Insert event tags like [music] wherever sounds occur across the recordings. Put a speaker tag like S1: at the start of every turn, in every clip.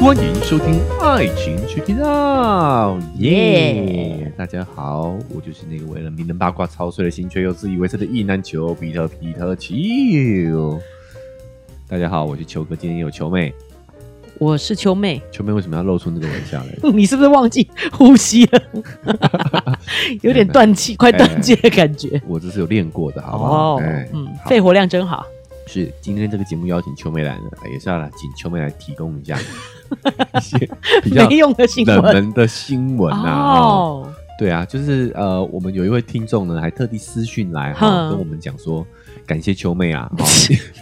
S1: 欢迎收听《爱情 Check It Out》，耶！
S2: 耶
S1: 大家好，我就是那个为了名人八卦操碎了心却又自以为是的意男球比特皮特球。大家好，我是球哥，今天有球妹。
S2: 我是秋妹，
S1: 球妹为什么要露出那个微笑嘞？
S2: [laughs] 你是不是忘记 [laughs] 呼吸
S1: [laughs]
S2: 了？有点断气，快断气的感觉。
S1: 我这是有练过哎的，好不好？哎，
S2: 嗯，
S1: 好
S2: 肺活量真好。
S1: 是今天这个节目邀请秋妹来呢，哎也是要来请秋妹来提供一
S2: [laughs]
S1: 下一些比较
S2: 没用的新
S1: 冷
S2: 闻
S1: 门的新闻啊。哦
S2: 哦，
S1: 对啊，就是呃，我们有一位听众呢，还特地私讯来哈、
S2: 哼
S1: 跟我们讲说，感谢秋妹啊，哈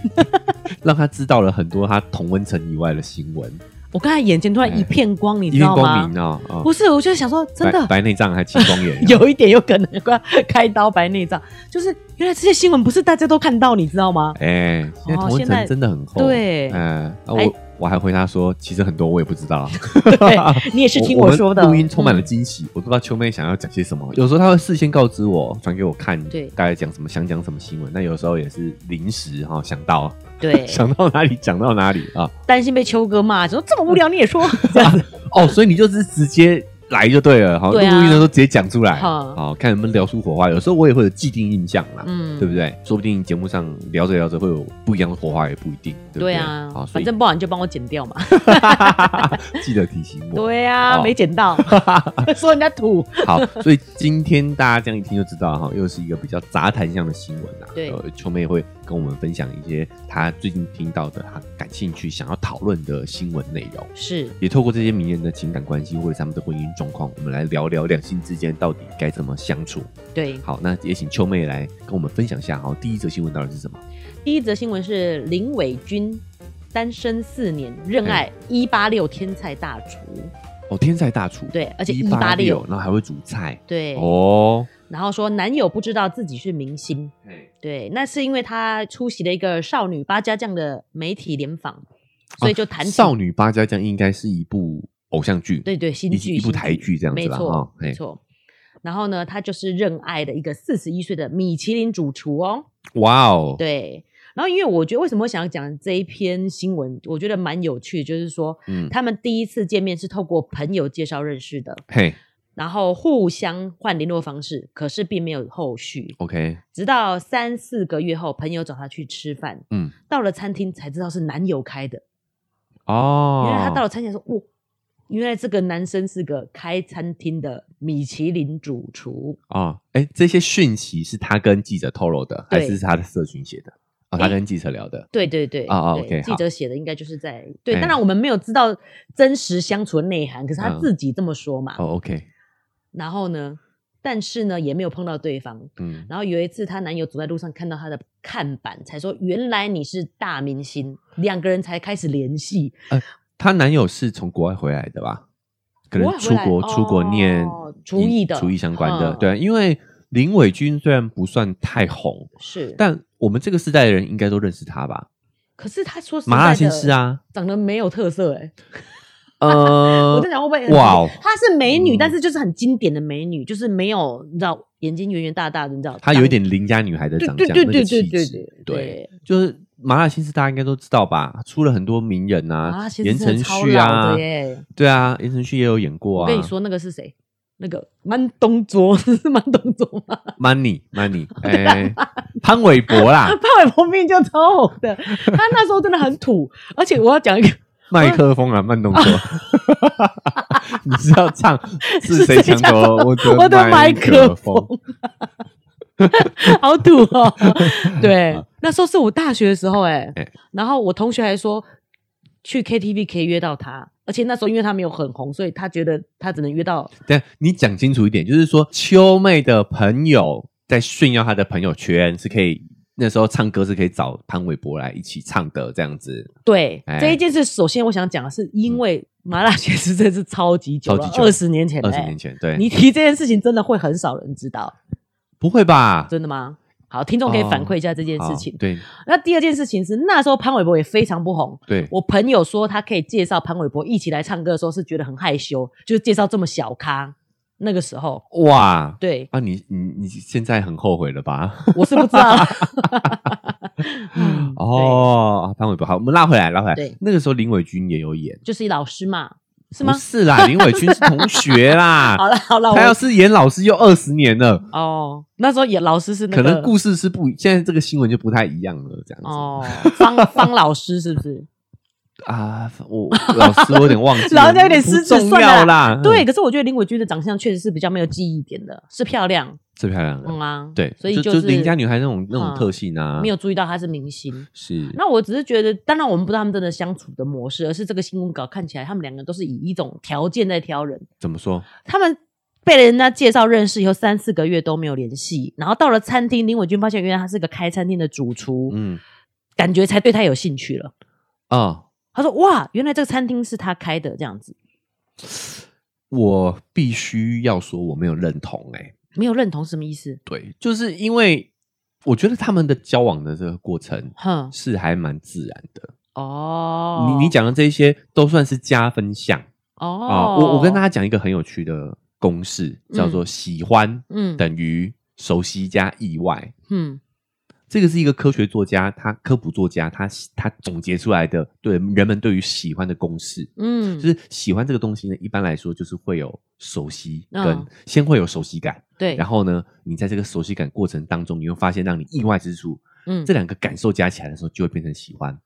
S2: [laughs]
S1: 让她知道了很多她同温层以外的新闻，
S2: 我刚才眼前突然一片光，你
S1: 哎一
S2: 知
S1: 片
S2: 道
S1: 光
S2: 吗？
S1: 明啊、哦，
S2: 不是，我就想说，真
S1: 白
S2: 的，
S1: 白内障还青光眼
S2: [laughs] 有一点有可能快开刀白内障，就是原来这些新闻不是大家都看到，你知道吗？
S1: 哎、现在同温
S2: 现在
S1: 层真的很厚，
S2: 对
S1: 嗯、啊我
S2: 哎
S1: 我还回答说，其实很多我也不知道， [laughs]
S2: 对，你也是听
S1: 我
S2: 说的。
S1: 我们录音充满了
S2: 嗯
S1: 惊喜，我都不知道秋妹想要讲些什么。有时候她会事先告知我，传给我看，
S2: 对
S1: 大概讲什么，想讲什么新闻。那有时候也是临时哈、想到 [laughs]
S2: 对，
S1: 想到哪里讲到哪里啊。
S2: 担心被秋哥骂，说这么无聊你
S1: [laughs]
S2: 也说这样子。
S1: 哦，所以你就是直接来就对了，好，录
S2: 对
S1: 音
S2: 啊
S1: 的时候直接讲出来，
S2: 好
S1: 好，看能不能聊出火花。有时候我也会有既定印象啦，
S2: 嗯
S1: 对不对？说不定节目上聊着聊着会有不一样的火花，也不一定，对不对？
S2: 对啊
S1: 好，，所
S2: 反
S1: 以
S2: 正不好你就帮我剪掉嘛。
S1: [laughs] 记得提醒我。
S2: 对啊，
S1: 哦
S2: 没
S1: [laughs]
S2: 捡到，说人家土。
S1: 好，所以今天大家这样一听就知道哈，又是一个比较杂谈向的新闻啦。
S2: 对
S1: 呃秋妹也会跟我们分享一些她最近听到的、她感兴趣、想要讨论的新闻内容，
S2: 是，
S1: 也透过这些名人的情感关系或者他们的婚姻状况，我们来聊聊两性之间到底该怎么相处。
S2: 对。
S1: 好，那也请秋妹来跟我们分享一下哈，第一则新闻到底是什么？
S2: 第一则新闻是林伟君单身四年，认爱一八六天菜大厨。
S1: 哦，天才大厨，
S2: 对，而且一八
S1: 186，
S2: 六，
S1: 然后还会煮菜
S2: 对。
S1: 哦。
S2: 然后说男友不知道自己是明星，对，那是因为他出席了一个少女八家将的媒体联访，所以就谈起、
S1: 啊少女八家将应该是一部偶像剧，
S2: 对对，新
S1: 一
S2: 剧
S1: 一部
S2: 新
S1: 台剧这样子
S2: 没
S1: 啦，
S2: 错
S1: 哈，
S2: 没
S1: 嘿
S2: 错。然后呢，他就是认爱的一个四十一岁的米其林主厨哦，
S1: 哇哦，
S2: 对。然后，因为我觉得为什么我想要讲这一篇新闻，我觉得蛮有趣，就是说
S1: 嗯，
S2: 他们第一次见面是透过朋友介绍认识的，
S1: 嘿
S2: 然后互相换联络方式，可是并没有后续，
S1: ，OK，
S2: 直到三四个月后，朋友找他去吃饭，
S1: 嗯，
S2: 到了餐厅才知道是男友开的，
S1: 哦，
S2: 原来他到了餐厅说，哇、原来这个男生是个开餐厅的米其林主厨，
S1: 哦，哎，这些讯息是他跟记者透露的，还
S2: 对
S1: 是他的社群写的？哦，
S2: 哎
S1: 他跟记者聊的，
S2: 对对对，
S1: 哦哦
S2: 对
S1: OK，
S2: 记者写的应该就是在对，
S1: 哎
S2: 当然我们没有知道真实相处的内涵，可是他
S1: 嗯
S2: 自己这么说嘛。
S1: 哦，OK，
S2: 然后呢，但是呢也没有碰到对方。
S1: 嗯，
S2: 然后有一次她男友走在路上看到她的看板，才说原来你是大明星，两个人才开始联系。
S1: 她男友是从国外回来的吧？可能
S2: 国外
S1: 出
S2: 回来
S1: 国出国念
S2: 哦厨艺的
S1: 厨艺相关的，
S2: 嗯
S1: 对，因为林伟君虽然不算太红，
S2: 是，
S1: 但我们这个时代的人应该都认识他吧？
S2: 可是她说实
S1: 麻辣
S2: 在
S1: 鲜
S2: 的
S1: 师，啊，
S2: 长得没有特色哎、
S1: 呃
S2: [laughs] 我在想会不会
S1: 哇哦
S2: 她是美女，
S1: 嗯
S2: 但是就是很经典的美女，就是没有你知道眼睛圆圆大大的，你知道
S1: 她有一
S2: 长
S1: 点邻家女孩的
S2: 对
S1: 长
S2: 对
S1: 相，
S2: 对
S1: 那个
S2: 对对
S1: 气
S2: 对
S1: 质，
S2: 对
S1: 对。就是麻辣鲜师，大家应该都知道吧？出了很多名人啊，
S2: 啊，其实
S1: 言
S2: 真
S1: 承
S2: 的超
S1: 旭
S2: 老
S1: 啊
S2: 的，耶！
S1: 对啊，言承旭也有演过啊。
S2: 我跟你说，那个是谁？那个慢动作 [laughs] 是慢动作吗？ [laughs]
S1: ，Money Money，哎，潘玮柏啦，
S2: 潘玮柏明明就超红的，他那时候真的很土，而且我要讲一个
S1: 麦克风啊，慢动作。 [laughs] 你是要唱是谁抢走我的
S2: 我的麦
S1: 克
S2: 克风？， [laughs] 好土哦！对，那时候是我大学的时候、哎、
S1: 哎
S2: 然后我同学还说去 KTV 可以约到他，而且那时候因为他没有很红，所以他觉得他只能约到
S1: 对，你讲清楚一点，就是说秋妹的朋友在炫耀她的朋友圈是可以。那时候唱歌是可以找潘玮柏来一起唱的，这样子
S2: 对、
S1: 哎嗯
S2: 这一件事。首先我想讲的是，因为麻辣鲜师真是超级久了
S1: 超，级久
S2: 二十年前、
S1: 二
S2: 哎
S1: 十年前，对，
S2: 你提这件事情真的会很少人知道，
S1: 不会吧？
S2: 真的吗？好，听众可以
S1: 哦
S2: 反馈一下这件
S1: 好
S2: 事情。
S1: 对
S2: 那第二件事情是，那时候潘玮柏也非常不红，
S1: 对，
S2: 我朋友说他可以介绍潘玮柏一起来唱歌的时候，是觉得很害羞，就是介绍这么小咖。那个时候，
S1: 哇
S2: 对 [laughs]
S1: 啊，你你你现在很后悔了吧？ [laughs]
S2: 我是不知道，嗯
S1: 哦，潘玮柏，好，我们拉回来，拉回来
S2: 对。
S1: 那个时候林伟君也有演，
S2: 就是老师嘛，是
S1: 是
S2: 吗
S1: 不？是啦，林伟君是同学
S2: 好 [laughs]
S1: 啦。
S2: 了好了，
S1: 他要
S2: 哦我
S1: 是演老师又二十年了，
S2: 哦，那时候也老师是那
S1: 可
S2: 个
S1: 能故事是不一，现在这个新闻就不太一样了，这样子
S2: 哦，方方老师是不是？
S1: [laughs] 啊。我老师我有点忘记了，
S2: 老师有点失
S1: 不
S2: 职
S1: 重
S2: 算了
S1: 要啦。嗯，
S2: 对，可是我觉得林伟君的长相确实是比较没有记忆点的，是漂亮，
S1: 最漂亮
S2: 嗯
S1: 的，
S2: 啊，
S1: 对，
S2: 所以
S1: 就是邻家女孩那种那
S2: 嗯
S1: 种特性啊，
S2: 没有注意到她是明星。
S1: 是
S2: 那我只是觉得，当然我们不知道他们真的相处的模式，而是这个新闻稿看起来他们两个都是以一种条件在挑人，
S1: 怎么说？
S2: 他们。被人家介绍认识以后，三四个月都没有联系，然后到了餐厅，林伟君发现原来他是个开餐厅的主厨，
S1: 嗯
S2: 感觉才对他有兴趣了。
S1: 哦，
S2: 他说：“哇，原来这个餐厅是他开的，这样子
S1: 我必须要说我没有认同哎、
S2: 没有认同什么意思？
S1: 对，就是因为我觉得他们的交往的这个过程
S2: 哼，
S1: 是还蛮自然的。
S2: 哦，
S1: 你你讲的这些都算是加分项
S2: 哦
S1: 啊、我我跟大家讲一个很有趣的公式，叫做喜欢
S2: 嗯
S1: 等于熟悉加意外。
S2: 嗯
S1: 这个是一个科学作家，他科普作家，他他总结出来的对人们对于喜欢的公式。
S2: 嗯，
S1: 就是喜欢这个东西呢，一般来说就是会有熟悉跟、
S2: 嗯
S1: 先会有熟悉感，
S2: 对，
S1: 然后呢，你在这个熟悉感过程当中，你会发现让你意外之处，
S2: 嗯
S1: 这，两个感受加起来的时候，就会变成喜欢。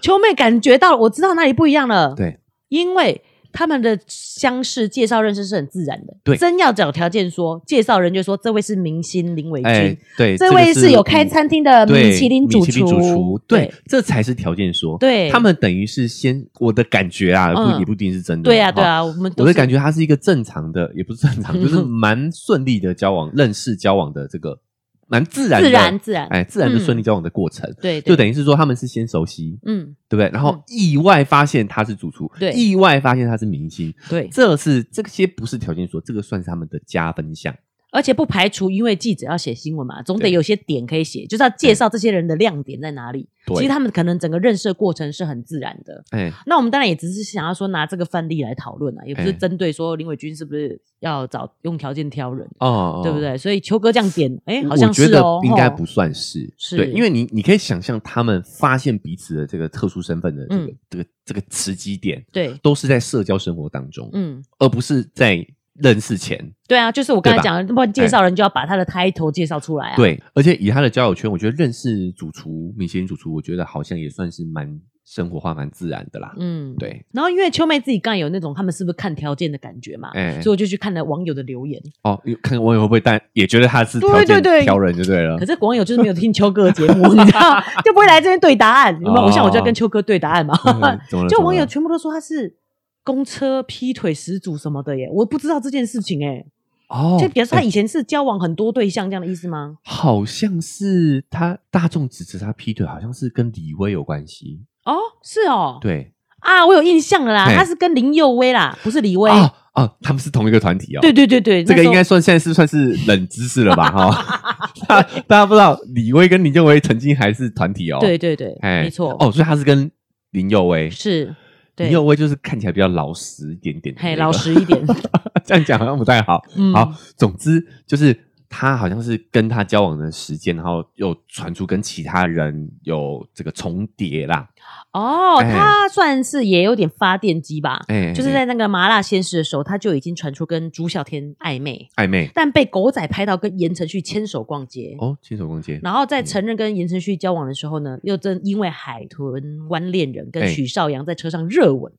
S2: 秋妹感觉到我知道哪里不一样了，
S1: 对，
S2: 因为他们的相识、介绍、认识是很自然的，
S1: 对
S2: 真要找条件说，介绍人就说这位是明星林伟君，
S1: 哎，对，
S2: 这
S1: 个嗯
S2: 位是有
S1: 我
S2: 开餐厅的
S1: 对
S2: 呃米其林主
S1: 米其林主厨，对
S2: 对，
S1: 这才是条件说。
S2: 对
S1: 他们等于是先我的感觉啊，
S2: 嗯
S1: 不也不一定是真的。
S2: 对啊，对
S1: 哈。
S2: 啊，我们
S1: 嗯我的感
S2: 觉
S1: 觉，他是一个正常
S2: [laughs]
S1: 的，也不是正常，就是蛮顺利的交往、认识、交往的这个蛮自然的、
S2: 自然自然，
S1: 哎，自然的
S2: 嗯
S1: 顺利交往的过程，
S2: 对，
S1: 就
S2: 对
S1: 等于是说他们是先熟悉，
S2: 嗯，
S1: 对不对？然后
S2: 嗯
S1: 意外发现他是主厨，
S2: 对
S1: 意外发现他是明星，
S2: 对，
S1: 这是这些不是条件说，这个算是他们的加分项。
S2: 而且不排除因为记者要写新闻嘛，总得
S1: 对
S2: 有些点可以写，就是要介绍这些人的亮点在哪里。
S1: 对
S2: 其实他们可能整个认识的过程是很自然的。
S1: 哎，
S2: 那我们当然也只是想要说拿这个范例来讨论啊，也不是
S1: 哎
S2: 针对说林伟君是不是要找用条件挑人，
S1: 哦，
S2: 对不？对？所以秋哥这样点，哎，好
S1: 我
S2: 像
S1: 觉
S2: 是
S1: 得
S2: 哦，
S1: 应该
S2: 吼
S1: 不算是，
S2: 是
S1: 对，因为你你可以想象他们发现彼此的这个特殊身份的这个、
S2: 嗯
S1: 这个这个时机点，
S2: 对，
S1: 都是在社交生活当中，
S2: 嗯，
S1: 而不是在认识前。
S2: 对啊，就是我刚才
S1: 对吧
S2: 讲的，不然介绍人就要把他的 title 介绍出来啊。，
S1: 对，而且以他的交友圈，我觉得认识主厨、米其林主厨，我觉得好像也算是蛮生活化、蛮自然的啦。
S2: 嗯，。
S1: 对，
S2: 然后因为秋妹自己刚才有那种他们是不是看条件的感觉嘛，
S1: 哎、
S2: 所以我就去看了网友的留言。
S1: 哦，看网友会不会但也觉得他是
S2: 对
S1: 条件
S2: 对对
S1: 挑人就对了
S2: 可。是网友就是没有听秋哥的节目，你
S1: [laughs]
S2: 知道，就不会来这边对答案。有没有？我像我就要跟秋哥对答案嘛。
S1: 嗯哦怎么了
S2: [laughs] 就网友
S1: 怎么了
S2: 全部都说他是公车劈腿始祖什么的耶，我不知道这件事情哎。
S1: 哦，
S2: 就比如说他
S1: 哎
S2: 以前是交往很多对象这样的意思吗？
S1: 好像是他大众指责他劈腿，好像是跟李威有关系。
S2: 哦，是哦，
S1: 哎对，
S2: 啊，我有印象了啦，
S1: 嘿
S2: 他是跟林佑威啦，不是李威。
S1: 哦哦，他们是同一个团体哦。
S2: 对，对对对，
S1: 这个
S2: 那时
S1: 应
S2: 候
S1: 该算现在是算是冷知识了
S2: [laughs]
S1: 吧？哈，大大家不知道李威跟林佑威曾经还是团体哦。
S2: 对，对对，
S1: 哎，
S2: 没错，
S1: 哦，所以他是跟林佑威。
S2: 是，
S1: 林
S2: 对，
S1: 佑威就是看起来比较老实一点点的那
S2: 嘿，
S1: 个，
S2: 老实一点，
S1: [laughs] 这样讲好像不太好。[laughs]
S2: 嗯，
S1: 好，总之就是他好像是跟他交往的时间，然后又传出跟其他人有这个重叠啦。
S2: 哦，
S1: 哎
S2: 他算是也有点发电机吧，
S1: 哎，
S2: 就是在那个麻辣鲜师的时候，他就已经传出跟朱孝天暧昧，
S1: 哎暧昧
S2: 但被狗仔拍到跟言承旭牵手逛街。
S1: 哦，嗯牵手逛街。
S2: 然后在承认跟言承旭交往的时候呢，又正因为海豚湾恋人跟
S1: 哎
S2: 许绍洋在车上热吻，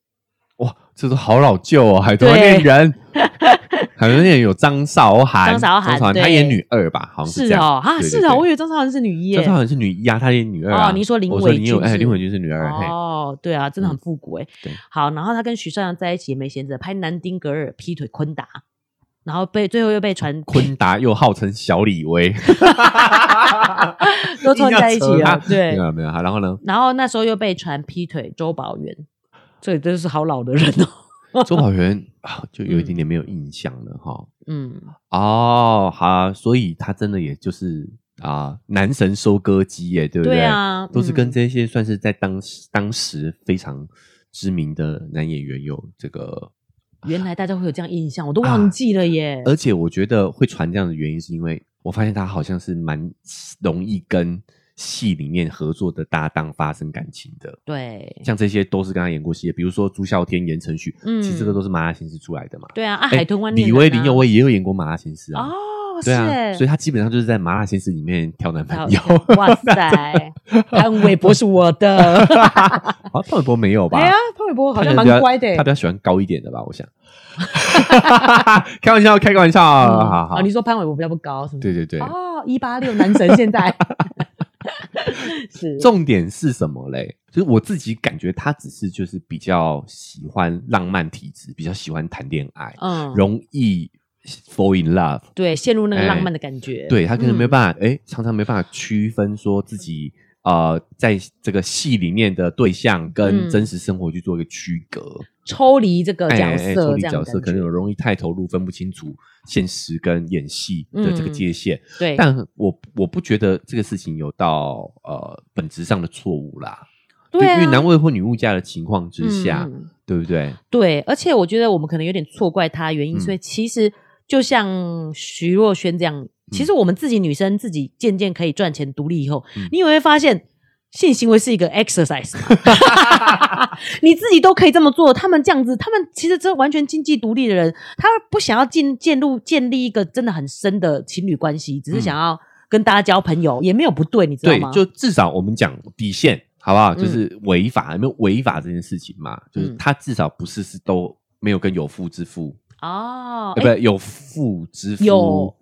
S1: 哇，这都好老旧哦，《海豚恋人》。海豚恋人有张韶涵，
S2: 张韶涵对
S1: 她演女二吧，好像
S2: 是
S1: 这样。
S2: 哦，哈，
S1: 对
S2: 是
S1: 对
S2: 哦，
S1: 对
S2: 我以为张韶涵是女一耶
S1: 张韶。涵是女一啊，她演女二啊。
S2: 哦你说林
S1: 我说
S2: 伟
S1: 林有
S2: 君
S1: 哎，
S2: 是
S1: 林伟君是女二。嘿，嗯
S2: 哦，对啊，真的很复古哎、
S1: 对
S2: 好，然后他跟许绍洋在一起也没闲着，拍南丁格尔劈腿昆达，然后被最后又被传 [laughs]
S1: 昆达又号称小李威，
S2: 都串在一起
S1: 硬要
S2: 了
S1: 扯，他
S2: 对
S1: 没有，啊没有啊。好然后呢，
S2: 然后那时候又被传劈腿周宝源，这真是好老的人哦。 [laughs]
S1: 周宝源啊，就有一点点没有印象了哈。
S2: 嗯，
S1: 哦，好啊，所以他真的也就是啊，男神收割机耶，对不对？
S2: 对啊，
S1: 都是跟
S2: 嗯
S1: 这些算是在当时当时非常知名的男演员有这个，
S2: 原来大家会有这样印象，我都忘记了耶。
S1: 啊而且我觉得会传这样的原因是因为我发现他好像是蛮容易跟戏里面合作的搭档发生感情的，
S2: 对
S1: 像这些都是跟他演过戏的，比如说朱孝天、言承旭，
S2: 嗯
S1: 其实这个都是麻辣鲜师出来的嘛。
S2: 对啊，啊
S1: 哎
S2: 海豚湾恋
S1: 李
S2: 人
S1: 威、
S2: 啊
S1: 林佑威也有演过麻辣鲜师啊。
S2: 哦，
S1: 对啊，
S2: 是
S1: 所以他基本上就是在麻辣鲜师里面挑男朋友。
S2: 哇塞，潘玮柏是我的，
S1: [laughs] [laughs] 啊，潘玮柏没有吧？
S2: 哎呀，潘玮柏好像
S1: 他可能
S2: 蛮
S1: 比较
S2: 乖的欸，
S1: 他比较喜欢高一点的吧？我想， [laughs] 开玩笑，开个玩笑，
S2: 嗯
S1: 啊好好
S2: 哦，。你说潘玮柏比较不高，是不是？
S1: 对对对，
S2: 哦，一八六男神
S1: [laughs]
S2: 现在是
S1: 重点是什么嘞？就是我自己感觉他只是就是比较喜欢浪漫体质，比较喜欢谈恋爱，
S2: 嗯，
S1: 容易 fall in love。
S2: 对，陷入那个
S1: 哎
S2: 浪漫的感觉，
S1: 对他可能没
S2: 嗯
S1: 办法，哎、常常没办法区分说自己呃在这个戏里面的对象跟
S2: 嗯
S1: 真实生活去做一个区隔，
S2: 抽离这个
S1: 哎
S2: 角
S1: 哎哎抽
S2: 色，
S1: 离
S2: 这样
S1: 角
S2: 的
S1: 色，
S2: 感
S1: 可能
S2: 觉
S1: 有容易太投入，分不清楚现实跟演戏的这个
S2: 嗯
S1: 界限。
S2: 对，
S1: 但我我不觉得这个事情有到呃本质上的错误啦。
S2: 对
S1: 因
S2: 啊
S1: 为男未婚女未嫁的情况之下，
S2: 嗯嗯
S1: 对不对？
S2: 对，而且我觉得我们可能有点错怪他原因，
S1: 嗯
S2: 所以其实就像徐若瑄这样，其实我们自己女生自己渐渐可以赚钱独立以后，
S1: 嗯
S2: 你也会发现。性行为是一个 exercise，嘛你自己都可以这么做。他们这样子，他们其实真的完全经济独立的人，他不想要进建入建立一个真的很深的情侣关系，只是
S1: 嗯
S2: 想要跟大家交朋友，也没有不对，你知道
S1: 对
S2: 吗？，
S1: 就至少我们讲底线，好不好？
S2: 嗯
S1: 就是违法有没有违法这件事情嘛？就是
S2: 嗯
S1: 他至少不是是都没有跟有妇之夫，呃
S2: 哦，
S1: 对不
S2: 哎
S1: 对？有妇之夫，
S2: 有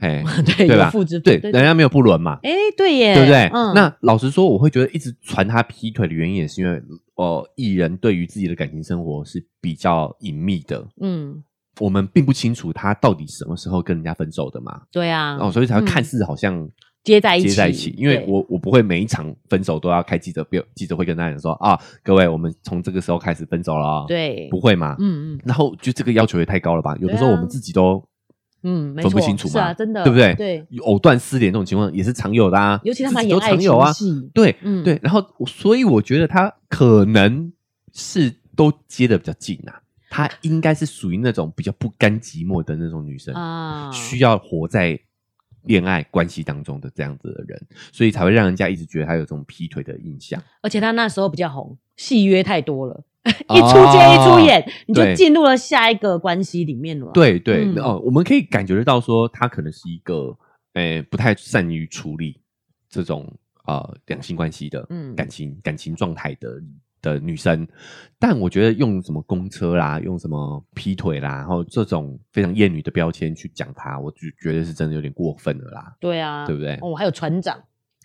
S2: [laughs]
S1: 哎，
S2: 对
S1: 对
S2: 有
S1: 吧
S2: 父之夫
S1: 对，
S2: 对
S1: 人家没有不伦嘛，
S2: 哎，对耶，
S1: 对不对？
S2: 嗯，
S1: 那老实说，我会觉得一直传他劈腿的原因，也是因为呃，艺人对于自己的感情生活是比较隐秘的，
S2: 嗯，
S1: 我们并不清楚他到底什么时候跟人家分手的嘛，
S2: 对啊，
S1: 哦，所以才会
S2: 嗯
S1: 看似好像
S2: 接在一起，
S1: 接在一起，因为
S2: 对
S1: 我我不会每一场分手都要开记者会，记者会跟大家讲说啊，各位，我们从这个时候开始分手了哦，
S2: 对，
S1: 不会嘛？
S2: 嗯嗯
S1: 然后就这个要求也太高了吧？有的
S2: 对
S1: 时候我
S2: 啊
S1: 们自己都
S2: 嗯，没
S1: 分不
S2: 错
S1: 清楚
S2: 是
S1: 嘛
S2: 啊，真的，
S1: 对不对
S2: 对，
S1: 藕断丝连这种情况也是常有的啊，
S2: 尤其他
S1: 自
S2: 们
S1: 己
S2: 演
S1: 都
S2: 爱
S1: 常有啊
S2: 情，戏，
S1: 对，
S2: 嗯
S1: 对，然后我所以我觉得他可能是都接的比较近啊，他应该是属于那种比较不甘寂寞的那种女生，
S2: 啊，
S1: 需要活在恋爱关系当中的这样子的人，所以才会让人家一直觉得他有这种劈腿的印象。
S2: 而且他那时候比较红，戏约太多了， [laughs] 一出接一出演，你就
S1: 哦对
S2: 进入了下一个关系里面了，，
S1: 对对、
S2: 嗯
S1: 哦，我们可以感觉得到说他可能是一个诶、呃不太善于处理这种呃两性关系的
S2: 嗯
S1: 感情、感情状态的的女生，但我觉得用什么公车啦，用什么劈腿啦，然后这种非常厌女的标签去讲她，我就觉得是真的有点过分了啦。
S2: 对啊，
S1: 对不对
S2: 哦，还有船长，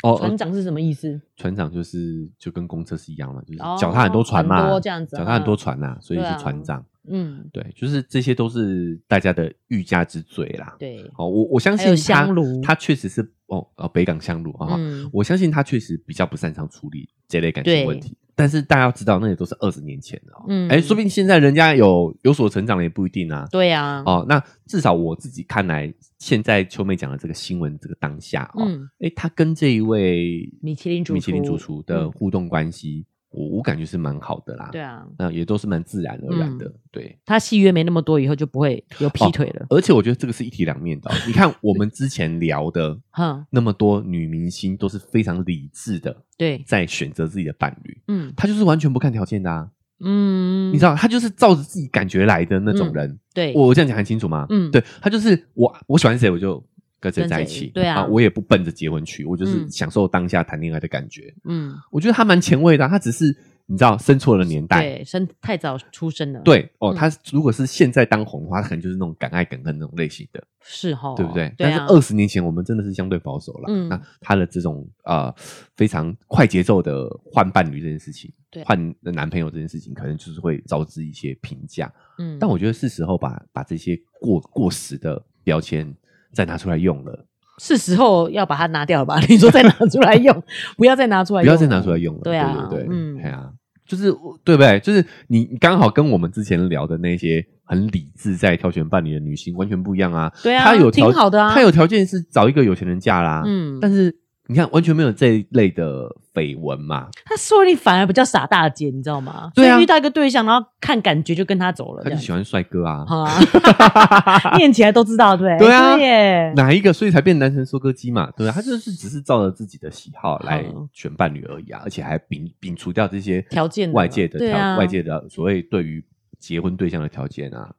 S1: 哦，呃
S2: 船长是什么意思？
S1: 船长就是就跟公车是一样嘛，就是
S2: 哦
S1: 脚踏很多船嘛，
S2: 很多这样子
S1: 脚踏很多
S2: 嗯
S1: 船呐、所以
S2: 对
S1: 是
S2: 啊
S1: 船长。
S2: 嗯，
S1: 对，就是这些都是大家的欲加之罪啦。
S2: 对，
S1: 哦，我我相
S2: 还
S1: 信
S2: 有
S1: 他
S2: 香炉，
S1: 他确实是哦哦北港香炉啊、哦
S2: 嗯，
S1: 我相信他确实比较不擅长处理这类感情
S2: 对
S1: 问题。但是大家要知道，那也都是二十年前了、哦。
S2: 嗯
S1: 哎、说不定现在人家有有所成长了，也不一定啊。
S2: 对啊，
S1: 哦，那至少我自己看来，现在秋妹讲的这个新闻这个当下哦，
S2: 嗯，
S1: 哎、她跟这一位
S2: 米其林主
S1: 米其林主
S2: 厨
S1: 厨的
S2: 嗯
S1: 互动关系，我我感觉是蛮好的啦。
S2: 对嗯啊，
S1: 那也都是蛮自然而然的，对。
S2: 他戏约没那么多，以后就不会有
S1: 哦
S2: 劈腿了，
S1: 而且我觉得这个是一体两面的哦、你看我们之前聊的
S2: 哼，
S1: 那么多女明星，都是非常理智的
S2: 对，
S1: 在选择自己的伴侣，
S2: 嗯
S1: 她就是完全不看条件的啊，
S2: 嗯，
S1: 你知道，她就是照着自己感觉来的那种人。
S2: 对，
S1: 我这样讲很清楚吗？
S2: 嗯
S1: 对，她就是我我喜欢谁我就。跟谁
S2: 跟
S1: 在一起？
S2: 谁对啊
S1: 我也不奔着结婚去，我就是
S2: 嗯
S1: 享受当下谈恋爱的感觉。
S2: 嗯，
S1: 我觉得她蛮前卫的啊，她只是你知道生错了年代，
S2: 对，生太早出生了，，
S1: 对哦，
S2: 嗯
S1: 他如果是现在当红的话，他可能就是那种敢爱敢恨那种类型的，
S2: 是哈，
S1: 对不对？
S2: 对
S1: 但是
S2: 啊，
S1: 二十年前我们真的是相对保守了，
S2: 嗯
S1: 那他的这种呃非常快节奏的换伴侣这件事情，
S2: 对
S1: 换男朋友这件事情，可能就是会招致一些评价。
S2: 嗯，
S1: 但我觉得是时候把把这些过过时的标签再拿出来用了，
S2: 是时候要把它拿掉了吧？ [laughs] 你说再拿出来用，不要再拿出来
S1: 不
S2: 用
S1: 要
S2: 了，
S1: 再拿出来用了。
S2: 对啊
S1: 对对对，
S2: 嗯
S1: 哎呀、就是对不对？就是你你刚好跟我们之前聊的那些很理智在挑选伴侣的女性完全不一样啊。
S2: 对啊，
S1: 他有条
S2: 挺好的啊，
S1: 他有条件是找一个有钱人嫁啦，
S2: 嗯，
S1: 但是你看完全没有这一类的绯闻嘛，
S2: 他说不定反而比较傻大姐，你知道吗？
S1: 对啊
S2: 所以遇到一个对象，然后看感觉就跟他哦走了，哦
S1: 他
S2: 这
S1: 就
S2: 样
S1: 喜欢帅哥啊，
S2: 啊， [laughs] 念起来都知道，对不对
S1: 对啊
S2: 耶，
S1: 哪一个？所以才变男神收割机嘛，对啊，他就是只是照着自己的喜好来
S2: 嗯
S1: 选伴侣而已啊，而且还摒摒除掉这些
S2: 条件的
S1: 外界的
S2: 对
S1: 条、
S2: 啊
S1: 外界的所谓对于结婚对象的条件啊。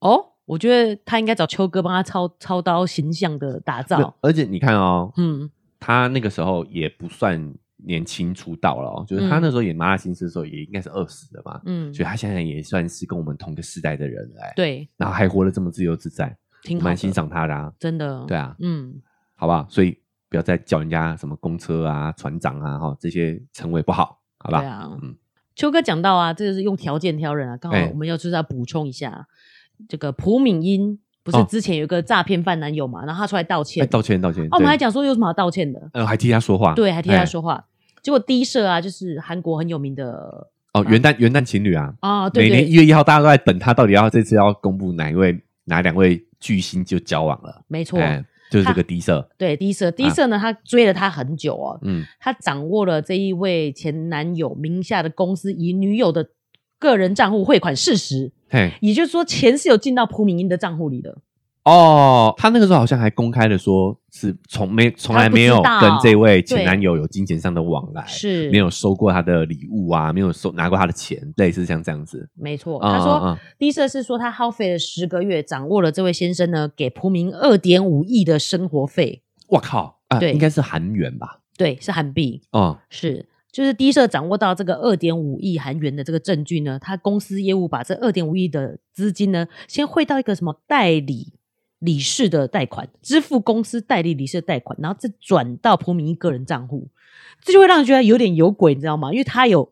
S2: 哦，我觉得他应该找秋哥帮他操操刀形象的打
S1: 那
S2: 造。
S1: 而且你看哦，
S2: 嗯，
S1: 他那个时候也不算年轻出道了哦，就是他那时候演《麻辣新师》的时候也应该是二十了嘛，
S2: 嗯
S1: 所以他现在也算是跟我们同个时代的人了哎、
S2: 对，
S1: 然后还活得这么自由自在，
S2: 挺好的
S1: 蛮欣，赏他的、啊，
S2: 真的。
S1: 对，啊，
S2: 嗯，
S1: 好不好？所以不要再叫人家什么公车啊、船长啊哈这些称谓不好，好
S2: 对
S1: 吧？
S2: 啊
S1: 嗯。
S2: 秋哥讲到啊，这就是用条件挑人啊，刚好
S1: 哎
S2: 我们要就是要补充一下，这个朴敏英不是
S1: 哦
S2: 之前有一个诈骗犯男友嘛，然后他出来道
S1: 哎
S2: 歉，
S1: 道歉道歉，
S2: 哦，我们
S1: 对
S2: 还讲说有什么好道歉的，
S1: 呃还替他说话，
S2: 对，还替他
S1: 哎
S2: 说话。结果第一社啊，就是韩国很有名的
S1: 哦元旦元旦情侣啊，
S2: 啊，对
S1: 每年一
S2: 对，
S1: 月一号大家都在等他到底要这次要公布哪一位哪两位巨星就交往了，
S2: 没错，
S1: 哎，啊就是这个低色，
S2: 对第一社，第一社呢，他追了他很久哦，
S1: 嗯，
S2: 他掌握了这一位前男友名下的公司以女友的个人账户汇款事实，
S1: 嘿。
S2: 也就是说钱是有进到朴敏英的账户里的。
S1: 哦，他那个时候好像还公开的说，是从没从来没有
S2: 他不知
S1: 跟
S2: 道
S1: 这位前男友有金钱上的往来，
S2: 是，
S1: 哎没有收过他的礼物啊，没有收拿过他的钱，类似像这样子。
S2: 没错。
S1: 啊
S2: 哦他说，
S1: 啊
S2: 第一社是说他耗费了十个月，掌握了这位先生呢给朴敏二点五亿的生活费，
S1: 我靠，啊，
S2: 对
S1: 应该是韩元吧？
S2: 对，是韩币，
S1: 哦，
S2: 是。就是第一社掌握到这个二点五亿韩元的这个证据呢，他公司业务把这二点五亿的资金呢，先汇到一个什么代理理事的贷款，支付公司代理理事的贷款，然后再转到朴敏一个人账户，这就会让人觉得有点有鬼，你知道吗？因为他有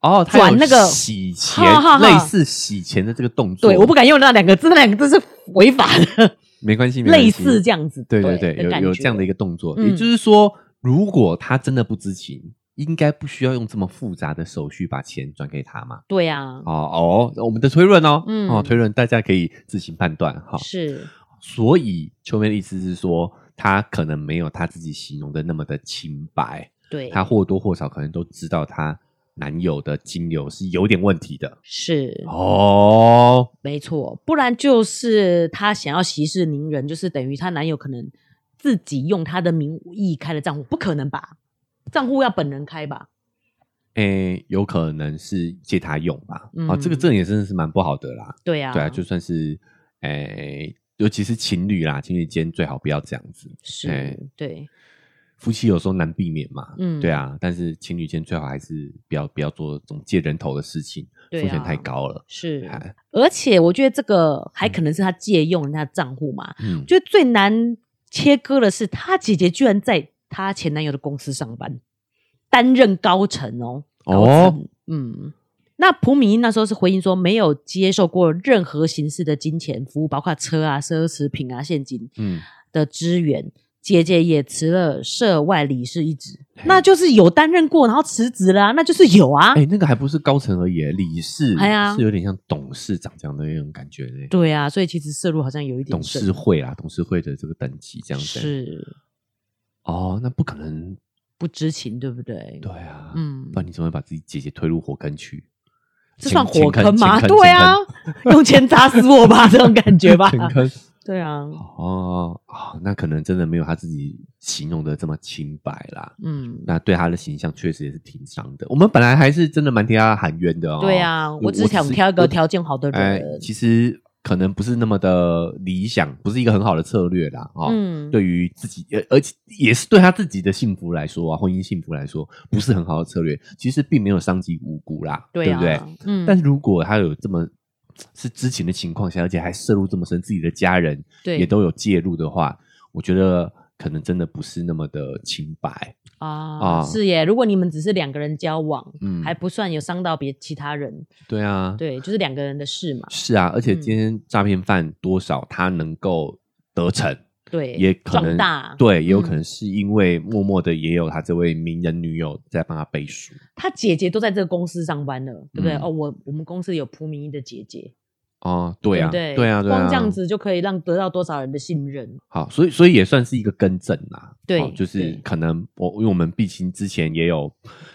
S1: 哦，他有
S2: 转那个
S1: 洗钱
S2: 哈哈，哈
S1: 类似洗钱的这个动作。
S2: 对，我不敢用那两个字，那两个字是违法的，
S1: 没关系，没关系
S2: 类似这样子，
S1: 对对对，
S2: 的
S1: 有
S2: 感
S1: 有
S2: 觉
S1: 这样的一个动作，
S2: 嗯
S1: 也就是说，如果他真的不知情，应该不需要用这么复杂的手续把钱转给他嘛。
S2: 对啊，
S1: 哦哦，我们的推论哦，
S2: 嗯
S1: 哦推论大家可以自行判断哈、
S2: 是
S1: 所以秋妹的意思是说，他可能没有他自己形容的那么的清白，
S2: 对，
S1: 他或多或少可能都知道她男友的金流是有点问题的。
S2: 是
S1: 哦，
S2: 没错，不然就是她想要息事宁人，就是等于她男友可能自己用她的名义开了账户，不可能吧？账户要本人开吧？
S1: 诶，有可能是借他用吧。
S2: 嗯
S1: 哦，这个这也真的是蛮不好的啦。
S2: 对啊，
S1: 对啊，就算是诶，尤其是情侣啦，情侣间最好不要这样子。
S2: 是、
S1: 哎
S2: 对，
S1: 夫妻有时候难避免嘛，
S2: 嗯
S1: 对啊，但是情侣间最好还是不要不要做这种借人头的事情，
S2: 对啊
S1: 风险太高了。
S2: 是，
S1: 哎
S2: 而且我觉得这个还可能是她借用人家的账户嘛。
S1: 嗯
S2: 我，觉得最难切割的是，她姐姐居然在她前男友的公司上班，担任高层哦。高
S1: 哦
S2: 层，嗯。那朴敏英那时候是回应说，没有接受过任何形式的金钱服务，包括车啊、奢侈品啊、现金
S1: 嗯，
S2: 的支援。姐姐也辞了社外理事一职，
S1: 嘿
S2: 那就是有担任过，然后辞职啦、那就是有啊。
S1: 嗯哎、那个还不是高层而已，理事，
S2: 哎呀
S1: 是有点像董事长这样的那种感觉呢。
S2: 对啊，所以其实涉入好像有一点
S1: 董事会啦，董事会的这个等级这
S2: 深
S1: 样子。
S2: 是
S1: 哦，那不可能，
S2: 不知情，对不对？
S1: 对啊，
S2: 嗯
S1: 不然你怎么会把自己姐姐推入火坑去？
S2: 这
S1: 前
S2: 算火坑吗？
S1: 前
S2: 对啊， [laughs] 用钱砸死
S1: [laughs]
S2: 我吧，这种感觉吧
S1: 前。坑前坑
S2: 对啊，
S1: 哦哦，那可能真的没有他自己形容的这么清白啦。
S2: 嗯，
S1: 那对他的形象确实也是挺伤的。我们本来还是真的蛮替他喊冤的哦。
S2: 对啊，我只想
S1: 是
S2: 挑一个
S1: 我
S2: 条件好的
S1: 哎
S2: 人，。
S1: 其实可能不是那么的理想，不是一个很好的策略啦。哦，
S2: 嗯，
S1: 对于自己，呃而而且也是对他自己的幸福来说啊，婚姻幸福来说，不是很好的策略。其实并没有伤及无辜啦，
S2: 嗯对啊，
S1: 不对？
S2: 嗯，
S1: 但是如果他有这么是知情的情况下，而且还涉入这么深，自己的家人
S2: 对
S1: 也都有介入的话，我觉得可能真的不是那么的清白。
S2: 啊
S1: 啊
S2: 是耶。如果你们只是两个人交往，
S1: 嗯，
S2: 还不算有伤到别其他人，
S1: 对啊，
S2: 对，就是两个人的事嘛。
S1: 是啊，而且
S2: 嗯
S1: 今天诈骗犯多少他能够得逞，
S2: 对，
S1: 也可
S2: 壮
S1: 能
S2: 大。
S1: 对，也有
S2: 嗯
S1: 可能是因为默默的也有他这位名人女友在帮他背书。
S2: 他姐姐都在这个公司上班了，对不对？
S1: 嗯
S2: 哦，我我们公司有蒲明义的姐姐，
S1: 哦，对啊，
S2: 对不
S1: 对啊，对啊，
S2: 光这样子就可以让得到多少人的信任？
S1: 好，所以所以也算是一个更正啦。
S2: 对
S1: 哦就是
S2: 对
S1: 可能我因为我们毕竟之前也有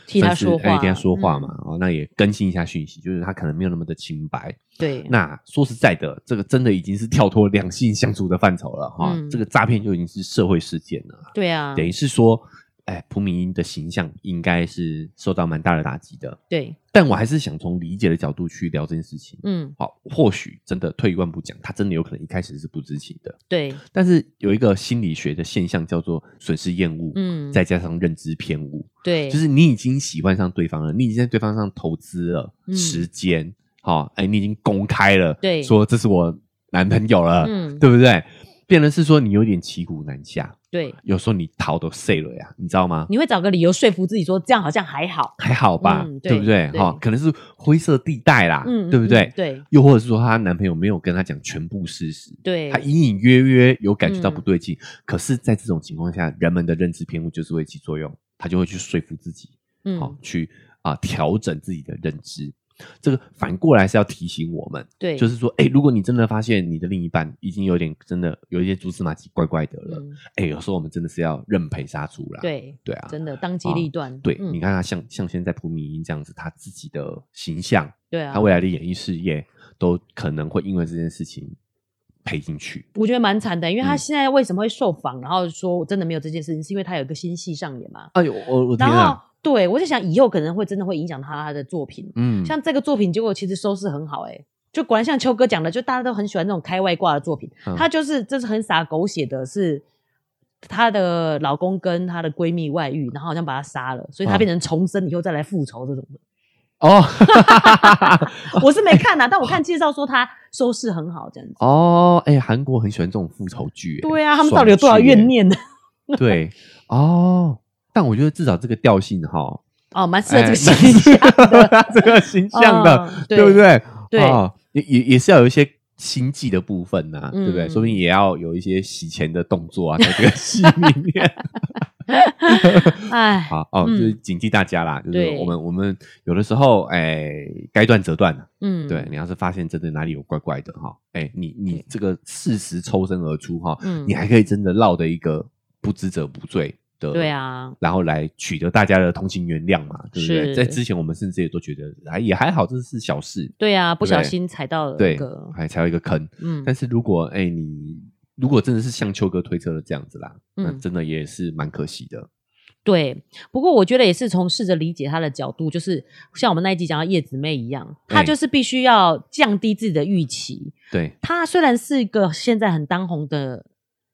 S2: 替他
S1: 算是
S2: 说
S1: 哎
S2: 话嗯
S1: 替他说话嘛，哦，那也更新一下讯息，就是他可能没有那么的清白。
S2: 对，
S1: 那说实在的，这个真的已经是跳脱两性相处的范畴了哈、
S2: 嗯
S1: 这个诈骗就已经是社会事件了，
S2: 对啊，
S1: 等于是说，哎，蒲敏英的形象应该是受到蛮大的打击的。
S2: 对，
S1: 但我还是想从理解的角度去聊这件事情。
S2: 嗯，
S1: 好，或许真的退一万步讲，他真的有可能一开始是不知情的。
S2: 对，
S1: 但是有一个心理学的现象叫做损失厌恶，
S2: 嗯，
S1: 再加上认知偏误，
S2: 对，
S1: 就是你已经喜欢上对方了，你已经在对方上投资了、
S2: 嗯
S1: 时间，好、哎，你已经公开了，
S2: 对
S1: 说这是我男朋友了，
S2: 嗯，
S1: 对不对？变成是说你有点骑虎难下，
S2: 对，
S1: 有时候你逃都碎了呀，你知道吗？
S2: 你会找个理由说服自己说这样好像还好，
S1: 还好吧，
S2: 嗯
S1: 对不对
S2: 对？
S1: 哈、可能是灰色地带啦，
S2: 嗯，
S1: 啊对不
S2: 嗯
S1: 对？
S2: 对
S1: 又或者是说她男朋友没有跟她讲全部事实，
S2: 对嗯
S1: 她，隐隐约约有感觉到不对劲。可是，在这种情况下，人们的认知偏误就是会起作用，她就会去说服自己，好、
S2: 嗯，
S1: 去啊、调整自己的认知。这个反过来是要提醒我们，
S2: 对，
S1: 就是是说，哎、如果你真的发现你的另一半已经有点真的有一些蛛丝马迹怪怪的了，哎、有时候我们真的是要认赔杀出啦。
S2: 嗯对，
S1: 对啊，
S2: 真的当机
S1: 啊
S2: 立断，
S1: 对，
S2: 嗯
S1: 你看他像像现在蒲敏英这样子，他自己的形象，
S2: 对啊
S1: 他，未来的演艺事业都可能会因为这件事情赔进去。
S2: 我觉得蛮惨的，因为他
S1: 嗯
S2: 现在为什么会受访，然后说我真的没有这件事情，是因为他有一个新戏上演嘛，
S1: 哎呦，我我天
S2: 然后
S1: 啊！
S2: 对我就想以后可能会真的会影响他他的作品，
S1: 嗯，
S2: 像这个作品，结果其实收视很好、欸，就果然像秋哥讲的，就大家都很喜欢这种开外挂的作品。
S1: 嗯
S2: 她就是这是很洒狗血的，是她的老公跟她的闺蜜外遇，然后好像把她杀了，所以她
S1: 嗯
S2: 变成重生以后再来复仇这种的。
S1: 哦 [laughs]
S2: 我是没看呐、啊但我看介绍说她收视很好，这样子。
S1: 哦，哎，韩国很喜欢这种复仇剧，哎
S2: 对啊，他们到底有多少怨？念呢？ [laughs]
S1: 爽剧哎对，哦，但我觉得至少这个调性哈，
S2: 哦，蛮适合这个
S1: 哎啊
S2: 形
S1: [laughs]
S2: 象的，
S1: 这个形象的，
S2: 嗯
S1: 对不？对？
S2: 对
S1: 哦也也也是要有一些心计的部分呐，对不对？
S2: 嗯
S1: 说不定也要有一些洗钱的动作啊，在这个戏里
S2: [laughs]
S1: 面。
S2: 哎，
S1: 好哦，
S2: 嗯
S1: 就是警惕大家啦，就是
S2: 对
S1: 我们我们有的时候，哎，该断则断啊
S2: 嗯，
S1: 对，，你要是发现真的哪里有怪怪的哈，哎，你你
S2: 对
S1: 这个事实抽身而出哈，
S2: 嗯
S1: 你还可以真的落得一个不知者不罪的，
S2: 对。啊，
S1: 然后来取得大家的同情原谅嘛，对不对？
S2: 是
S1: 在之前我们甚至也都觉得，哎，也还好，这是小事，
S2: 对啊，不小
S1: 对
S2: 心踩到了一
S1: 对
S2: 个，，
S1: 还踩到一个坑。
S2: 嗯
S1: 但，是如果哎，你如果真的是像秋哥推测的这样子啦，那
S2: 嗯
S1: 真的也是蛮可惜的。
S2: 对，不过我觉得也是从试着理解他的角度，就是像我们那一集讲到叶子妹一样，她
S1: 哎
S2: 就是必须要降低自己的预期。
S1: 对，
S2: 她虽然是一个现在很当红的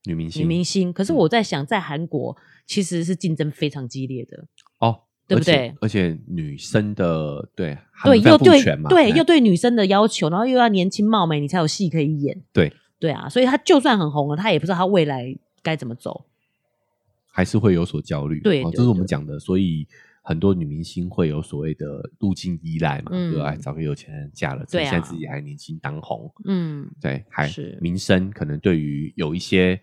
S1: 女明星，
S2: 女明星，
S1: 嗯
S2: 可是我在想，在韩国其实是竞争非常激烈的，
S1: 哦，
S2: 对
S1: 而
S2: 不
S1: 且
S2: 对？
S1: 而且女生的对她
S2: 对，
S1: 们非
S2: 又
S1: 常
S2: 对
S1: 父权嘛，
S2: 对
S1: 哎
S2: 又对女生的要求，然后又要年轻貌美，你才有戏可以演。
S1: 对
S2: 对啊，所以她就算很红了，她也不知道她未来该怎么走。
S1: 还是会有所焦虑。
S2: 对
S1: 哦
S2: 对
S1: 这是我们
S2: 对
S1: 讲的，所以。很多女明星会有所谓的路径依赖嘛，
S2: 嗯
S1: 对吧？哎找个有钱人嫁了，趁
S2: 对啊
S1: 现在自己还年轻当红，
S2: 嗯，
S1: 对，还
S2: 是
S1: 民生可能对于有一些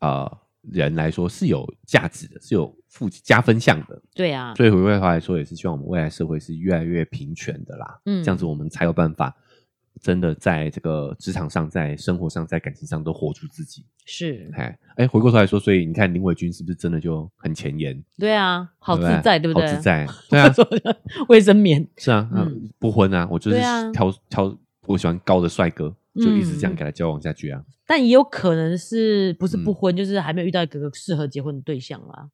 S1: 呃人来说是有价值的，是有附加分项的。
S2: 对啊，
S1: 所以回过头来说，也是希望我们未来社会是越来越平权的啦。
S2: 嗯
S1: 这样子我们才有办法真的在这个职场上、在生活上、在感情上都活出自己。
S2: 是，
S1: 哎哎，回过头来说，所以你看林伟君是不是真的就很前沿，
S2: 对啊，好自
S1: 不
S2: 在，对不对？
S1: 好自在，
S2: [laughs]
S1: 对啊，
S2: 卫生棉。
S1: 是啊，
S2: 嗯
S1: 嗯、不婚啊，我就是
S2: 对啊
S1: 挑、挑我喜欢高的帅哥，就一直这样
S2: 嗯
S1: 给他交往下去啊。
S2: 但也有可能是不是
S1: 嗯
S2: 不婚，就是还没有遇到一个适合结婚的对象啦。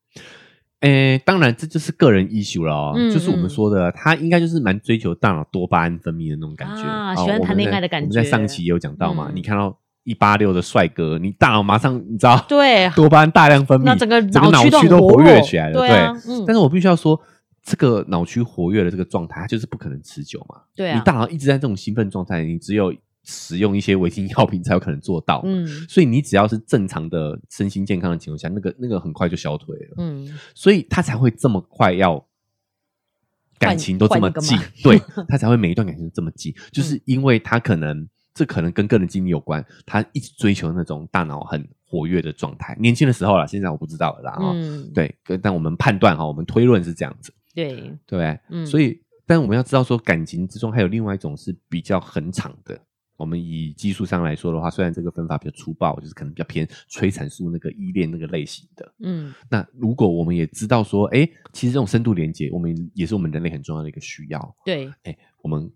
S1: 诶，哎当然这就是个人 issue 了哦，
S2: 嗯
S1: 就是我们说的，他应该就是蛮追求大脑多巴胺分泌的那种感觉
S2: 啊
S1: 哦
S2: 喜欢谈
S1: 我们在
S2: 恋爱的感觉
S1: 我们在上一期也有讲到嘛，
S2: 嗯
S1: 你看到一八六的帅哥，你大脑马上你知道
S2: 对，
S1: 多巴胺大量分泌，
S2: 那整个
S1: 脑
S2: 区
S1: 区
S2: 都
S1: 都
S2: 很
S1: 活
S2: 跃
S1: 跃起来了，
S2: 对啊，嗯，
S1: 但是我必须要说，这个脑区活跃的这个状态，它就是不可能持久嘛。
S2: 对
S1: 你
S2: 啊，
S1: 大脑一直在这种兴奋状态，你只有使用一些违禁药品才有可能做到。
S2: 嗯
S1: 所以你只要是正常的身心健康的情况下，那个那个很快就消退了。
S2: 嗯，
S1: 所以他才会这么快要感情都这么近
S2: 换， [laughs]
S1: 对他才会每一段感情都这么近，
S2: 嗯
S1: 就是因为他可能这可能跟个人经历有关，他一直追求那种大脑很活跃的状态。年轻的时候啦，现在我不知道了啦哈、
S2: 嗯，
S1: 对，可但我们判断哈，我们推论是这样子，
S2: 对，
S1: 对不对？
S2: 嗯，
S1: 所
S2: 以
S1: 以，但我们要知道说，感情之中还有另外一种是比较恒长的，我们以技术上来说的话，虽然这个分法比较粗暴，就是可能比较偏催产素那个依恋那个类型的。
S2: 嗯
S1: 那如果我们也知道说，哎，其实这种深度连接，我们也是我们人类很重要的一个需要，
S2: 对，
S1: 我们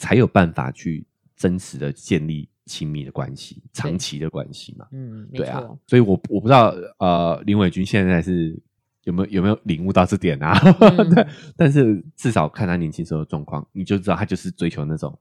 S1: 才有办法去真实的建立亲密的关系、长期的关系嘛。
S2: 嗯，没
S1: 对啊
S2: 错，，
S1: 所以我我不知道呃，林伟君现在是有没有有没有领悟到这点啊？[laughs]
S2: 嗯
S1: 对，但是至少看他年轻时候的状况，你就知道他就是追求那种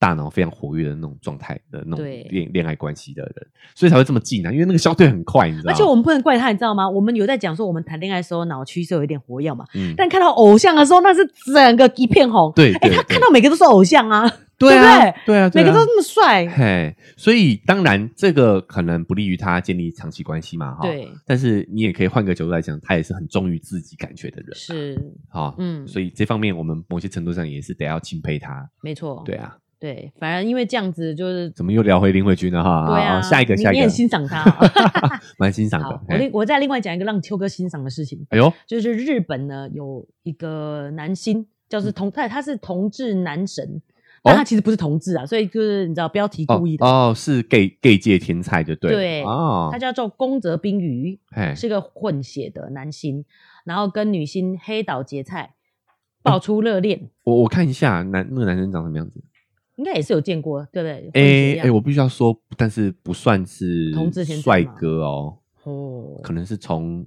S1: 大脑非常活跃的那种状态的那种
S2: 对
S1: 恋恋爱关系的人，所以才会这么近啊，因为那个消退很快，你知道吗？
S2: 而且我们不能怪他，你知道吗？我们有在讲说，我们谈恋爱的时候脑区是有一点活跃嘛， [laughs]
S1: 嗯，
S2: 但看到偶像的时候，那是整个一片红。
S1: 对
S2: 哎、
S1: 对
S2: 他
S1: 对
S2: 看到每个都是偶像啊，
S1: 对啊，
S2: 对不
S1: 对啊，对
S2: 每
S1: 啊
S2: 个都那么帅。
S1: 嘿，所以当然这个可能不利于他建立长期关系嘛，哈。。
S2: 对，
S1: 但是你也可以换个角度来讲，他也是很忠于自己感觉的人，
S2: 是，
S1: 哈。
S2: 嗯，
S1: 所以这方面我们某些程度上也是得要钦佩他。
S2: 没错，
S1: 对啊，
S2: 对，反而因为这样子就是。
S1: 怎么又聊回林慧君了哈？
S2: 对
S1: 好
S2: 啊，
S1: 好哦下一个，
S2: 你
S1: 下
S2: 你
S1: 一
S2: 很
S1: 个，
S2: 欣赏他 [laughs] 哦、
S1: [laughs] 蛮欣赏哎
S2: 好
S1: 的，。
S2: 我
S1: 嘿
S2: 另我再另外讲一个让秋哥欣赏的事情，
S1: 哎呦，
S2: 就是日本呢有一个男星，
S1: 嗯
S2: 就是同他他是同志男神，但他其实不是同志啊，所以就是你知道标题
S1: 哦
S2: 故意的，
S1: 哦，是 gay gay 界天才就对了，
S2: 对
S1: 哦
S2: 他，叫做宫泽冰鱼，
S1: 嘿，
S2: 是个混血的男星，然后跟女星黑岛结菜
S1: 哦
S2: 爆出热恋，
S1: 我我看一下男那个男生长什么样子，
S2: 应该也是有见过，对不对？混血一
S1: 哎
S2: 样
S1: 哎，我必须要说，但是不算是
S2: 同志天才
S1: 帅
S2: 吗
S1: 哥哦，
S2: 哦，
S1: 可能是从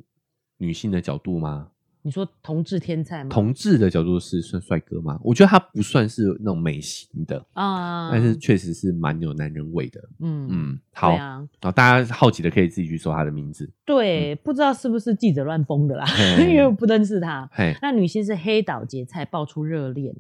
S1: 女性的角度吗？
S2: 你说同志天才吗？
S1: 同志的角度是算帅哥吗？我觉得他不算是那种美型的，
S2: 啊，
S1: 但是确实是蛮有男人味的。
S2: 嗯嗯，
S1: 嗯，好，
S2: 对
S1: 然后、
S2: 啊，
S1: 大家好奇的可以自己去搜他的名字。嗯
S2: 对，不知道是不是记者乱封的啦，
S1: 嘿
S2: [laughs] 因为我不认识他。
S1: 嘿，
S2: 那女星是黑岛结菜爆出热恋，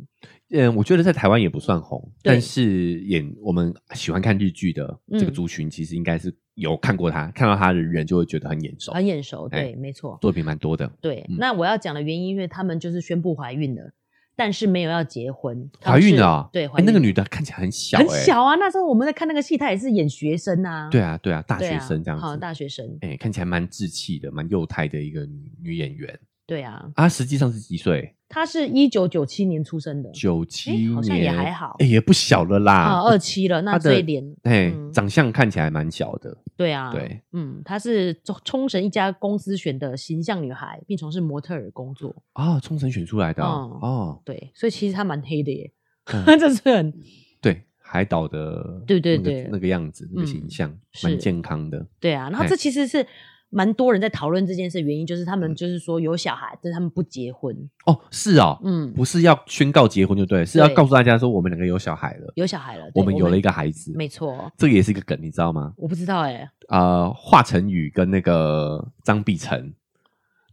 S1: 嗯，我觉得在台湾也不算红，
S2: 对
S1: 但是演我们喜欢看日剧的这个
S2: 嗯
S1: 族群，其实应该是有看过他，看到他的人就会觉得很眼熟，
S2: 很眼熟，
S1: 哎
S2: 对，没错，
S1: 作品蛮多的。
S2: 对。
S1: 嗯
S2: 那我要讲的原因，因为他们就是宣布怀孕了，但是没有要结婚，他
S1: 怀
S2: 们
S1: 孕
S2: 是
S1: 了啊、
S2: 对，
S1: 哎
S2: 怀孕
S1: 那个女的看起来很小、
S2: 很
S1: 哎，
S2: 小啊，那时候我们在看那个戏，她也是演学生啊，
S1: 对啊，对啊，大
S2: 对
S1: 学
S2: 啊，
S1: 生这样子，
S2: 好，大学生，
S1: 哎、看起来蛮稚气的，蛮幼态的一个女女演员
S2: 对啊，
S1: 啊，实际上是几岁？
S2: 她是一九九七年出生的，
S1: 九七
S2: 哎好
S1: 年，
S2: 像也还好
S1: 哎、也不小了啦，
S2: 啊，二七了，
S1: 她
S2: 那
S1: 的
S2: 这一年，
S1: 哎、
S2: 嗯
S1: 长相看起来蛮小的，
S2: 对啊，
S1: 对，
S2: 嗯，她是冲冲绳一家公司选的形象女孩，并从事模特儿工作，
S1: 啊，冲绳选出来的哦，
S2: 嗯
S1: 哦
S2: 对，所以其实她蛮黑的耶， [laughs]
S1: 嗯
S2: 这是很
S1: 对，海岛的，
S2: 对对
S1: 那个
S2: 对
S1: 那个样子，那个
S2: 嗯
S1: 形象
S2: 是
S1: 蛮健康的，
S2: 对啊，然后
S1: 嘿
S2: 这其实是蛮多人在讨论这件事，原因就是他
S1: 嗯
S2: 们就是说有小孩，但是他们不结婚，
S1: 哦，是哦，
S2: 嗯，
S1: 不是要宣告结婚就对了，是要
S2: 对
S1: 告诉大家说我们两个有小孩了，
S2: 有小孩了，对
S1: 我们有了一个孩子，
S2: 没错，
S1: 这个也是一个梗，你知道吗？
S2: 我不知道哎、
S1: 呃，华晨宇跟那个张碧晨，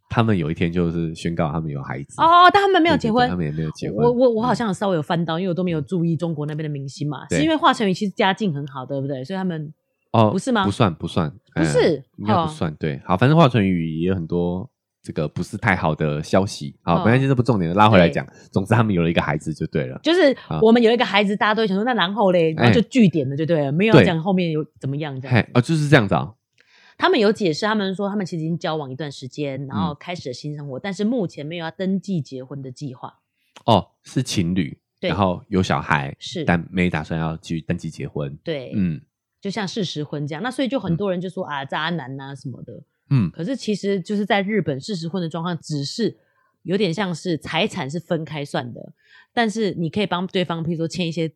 S1: 他们有一天就是宣告他们有孩子，
S2: 哦，但他们没
S1: 嗯
S2: 有
S1: 对对
S2: 结
S1: 对
S2: 婚，
S1: 他们也没有结婚。
S2: 我我我好
S1: 嗯
S2: 像有稍微有翻到，因为我都没有注意中国那边的明星嘛，
S1: 对
S2: 是因为华晨宇其实家境很好，对不对？所以他们
S1: 哦
S2: 不是吗
S1: 不算不算，
S2: 不
S1: 哎
S2: 是
S1: 应该
S2: 哦
S1: 不算。对，好，反正华晨宇也有很多这个不是太好的消息。好，
S2: 哦
S1: 没关系，这不重点，拉回来
S2: 对
S1: 讲。总之，他们有了一个孩子就对了。
S2: 就是
S1: 啊哎
S2: 我们有一个孩子，大家都会想说那然后嘞，然后就据点了，就对了，没有要
S1: 对
S2: 讲后面有怎么样这
S1: 嘿
S2: 样。，
S1: 哦，就是这样子啊。
S2: 他们有解释，他们说他们其实已经交往一段时间，然
S1: 嗯
S2: 后开始了新生活，但是目前没有要登记结婚的计划。
S1: 哦，是情侣，
S2: 对
S1: 然后有小孩，
S2: 是，
S1: 但没打算要去登记结婚。
S2: 对，
S1: 嗯
S2: 就像事实婚这样。那所以就很多人就说啊，渣男呐、什么的。
S1: 嗯，
S2: 可是其实就是在日本事实婚的状况，只是有点像是财产是分开算的，但是你可以帮对方，譬如说签一些，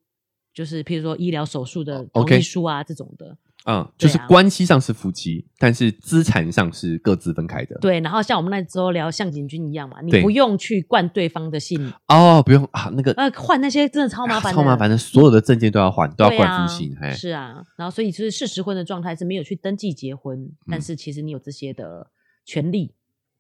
S2: 就是譬如说医疗手术的
S1: 哦
S2: 同
S1: ，OK
S2: 意书啊这种的。
S1: 嗯，就是
S2: 对啊
S1: 关系上是夫妻，但是资产上是各自分开的。
S2: 对，然后像我们那时候聊向井君一样嘛，你
S1: 对
S2: 不用去灌对方的信，
S1: 哦，不用啊，那个啊
S2: 呃，换那些真的超麻烦、
S1: 超麻烦。的，所有的证件都要换，都要
S2: 对
S1: 换
S2: 啊
S1: 复信，，嘿，
S2: 是啊，然后所以就是事实婚的状态是没有去登记结婚，
S1: 嗯
S2: 但是其实你有这些的权利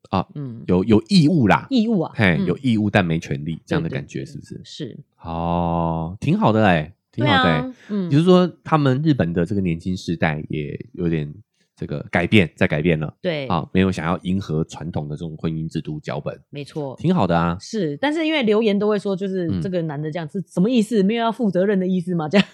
S1: 啊
S2: 嗯，
S1: 有有义务啦，
S2: 义务啊，
S1: 嘿，
S2: 嗯
S1: 有义务但没权利，这样的
S2: 对对
S1: 感觉
S2: 对
S1: 是不是？
S2: 是，
S1: 哦，挺好的哎，挺好的
S2: 对
S1: 哎
S2: 啊，，嗯，
S1: 也就是说，他们日本的这个年轻世代也有点这个改变，在改变了
S2: 对，
S1: 啊，没有想要迎合传统的这种婚姻制度脚本，
S2: 没错，
S1: 挺好的
S2: [laughs]
S1: 啊。
S2: 是，但是因为留言都会说，就是
S1: 嗯
S2: 这个男的这样是什么意思？没有要负责任的意思
S1: [laughs]
S2: 吗？这样，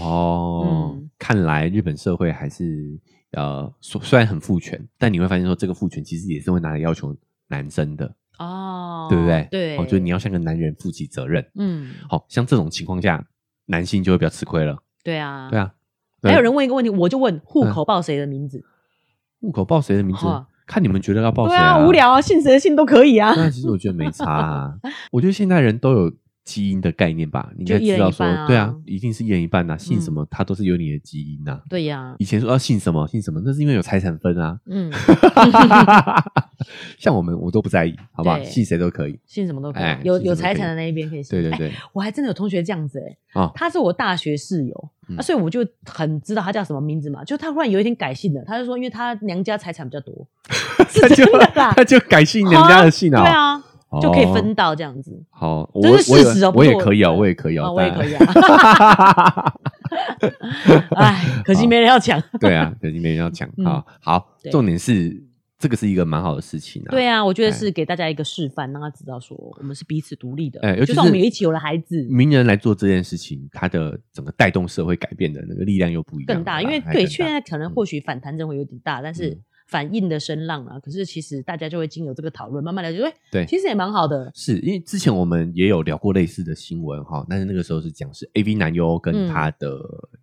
S1: 哦
S2: 嗯，
S1: 看来日本社会还是呃，虽虽然很父权，但你会发现说，这个父权其实也是会拿来要求男生的。
S2: 哦
S1: 对不对？哦
S2: 对，
S1: 哦，就是你要像个男人负起责任。
S2: 嗯，
S1: 好、像这种情况下，男性就会比较吃亏了。
S2: 对啊，
S1: 对啊，对
S2: 还有人问一个问题，我就问户口报谁的名字？
S1: 户口报谁的名字
S2: 哦？
S1: 看你们觉得要报谁
S2: 对啊，无。聊啊，姓谁的姓都可以啊。
S1: [laughs] 那其实我觉得没差啊。我觉得现代人都有基因的概念吧，你应该
S2: 就一人
S1: 知道
S2: 一
S1: 说
S2: 半，啊
S1: 对啊，一定是一人一半呐、姓什
S2: 嗯
S1: 么，它都是有你的基因呐、
S2: 对呀，
S1: 以前说要姓什么姓什么，那是因为有财产分
S2: [laughs]
S1: 啊。 [laughs]
S2: 嗯，
S1: 像我们我都不在意，好吧，
S2: 对
S1: 姓谁都可以。
S2: 姓什么都可
S1: 哎
S2: 以，啊
S1: 姓
S2: 有
S1: 什么
S2: 有
S1: 都
S2: 财
S1: 可以
S2: 产的那一边可以姓。
S1: 对对
S2: 哎
S1: 对，
S2: 我还真的有同学这样子哎，
S1: 哦，
S2: 他是我大学室友，
S1: 嗯
S2: 啊所以我就很知道他叫什么名字嘛。就他忽然有一天改姓了，他就说，因为他娘家财产比
S1: [laughs]
S2: 较多，是
S1: 他就 [laughs]
S2: 真的啦
S1: 他。就改姓人家的姓
S2: 对
S1: 啊，
S2: 啊，就可以分到这样子。
S1: 好，我
S2: 这是
S1: 我有
S2: 事实哦不
S1: 我
S2: 是
S1: 也
S2: 我
S1: 可以哦，我也可以
S2: 啊，
S1: 哦，
S2: 我也可
S1: 当然
S2: 以。啊。 [laughs]
S1: [laughs]
S2: 哎，可惜没人要抢。
S1: 对啊，对，你们要讲
S2: 嗯
S1: 啊。好，
S2: 对
S1: 重点是这个是一个蛮好的事情啊。
S2: 对
S1: 啊，
S2: 啊，我觉得
S1: 哎
S2: 是给大家一个示范，让他知道说我们是彼此独立的。
S1: 哎尤其
S2: 就算我
S1: 是
S2: 们有一起有了孩子，
S1: 名人来做这件事情，他的整个带动社会改变的那个力量又不一样了啦，
S2: 更大，因为
S1: 还更
S2: 对
S1: 大
S2: 现在可能或许反弹声会有点大，但是
S1: 嗯
S2: 反应的声浪啊，可是其实大家就会经由这个讨论，慢慢了解，哎，
S1: 对
S2: 其实也蛮好的。
S1: 是因为之前我们也有聊过类似的新闻哈，但是那个时候是讲是 A V 男优跟
S2: 嗯
S1: 他的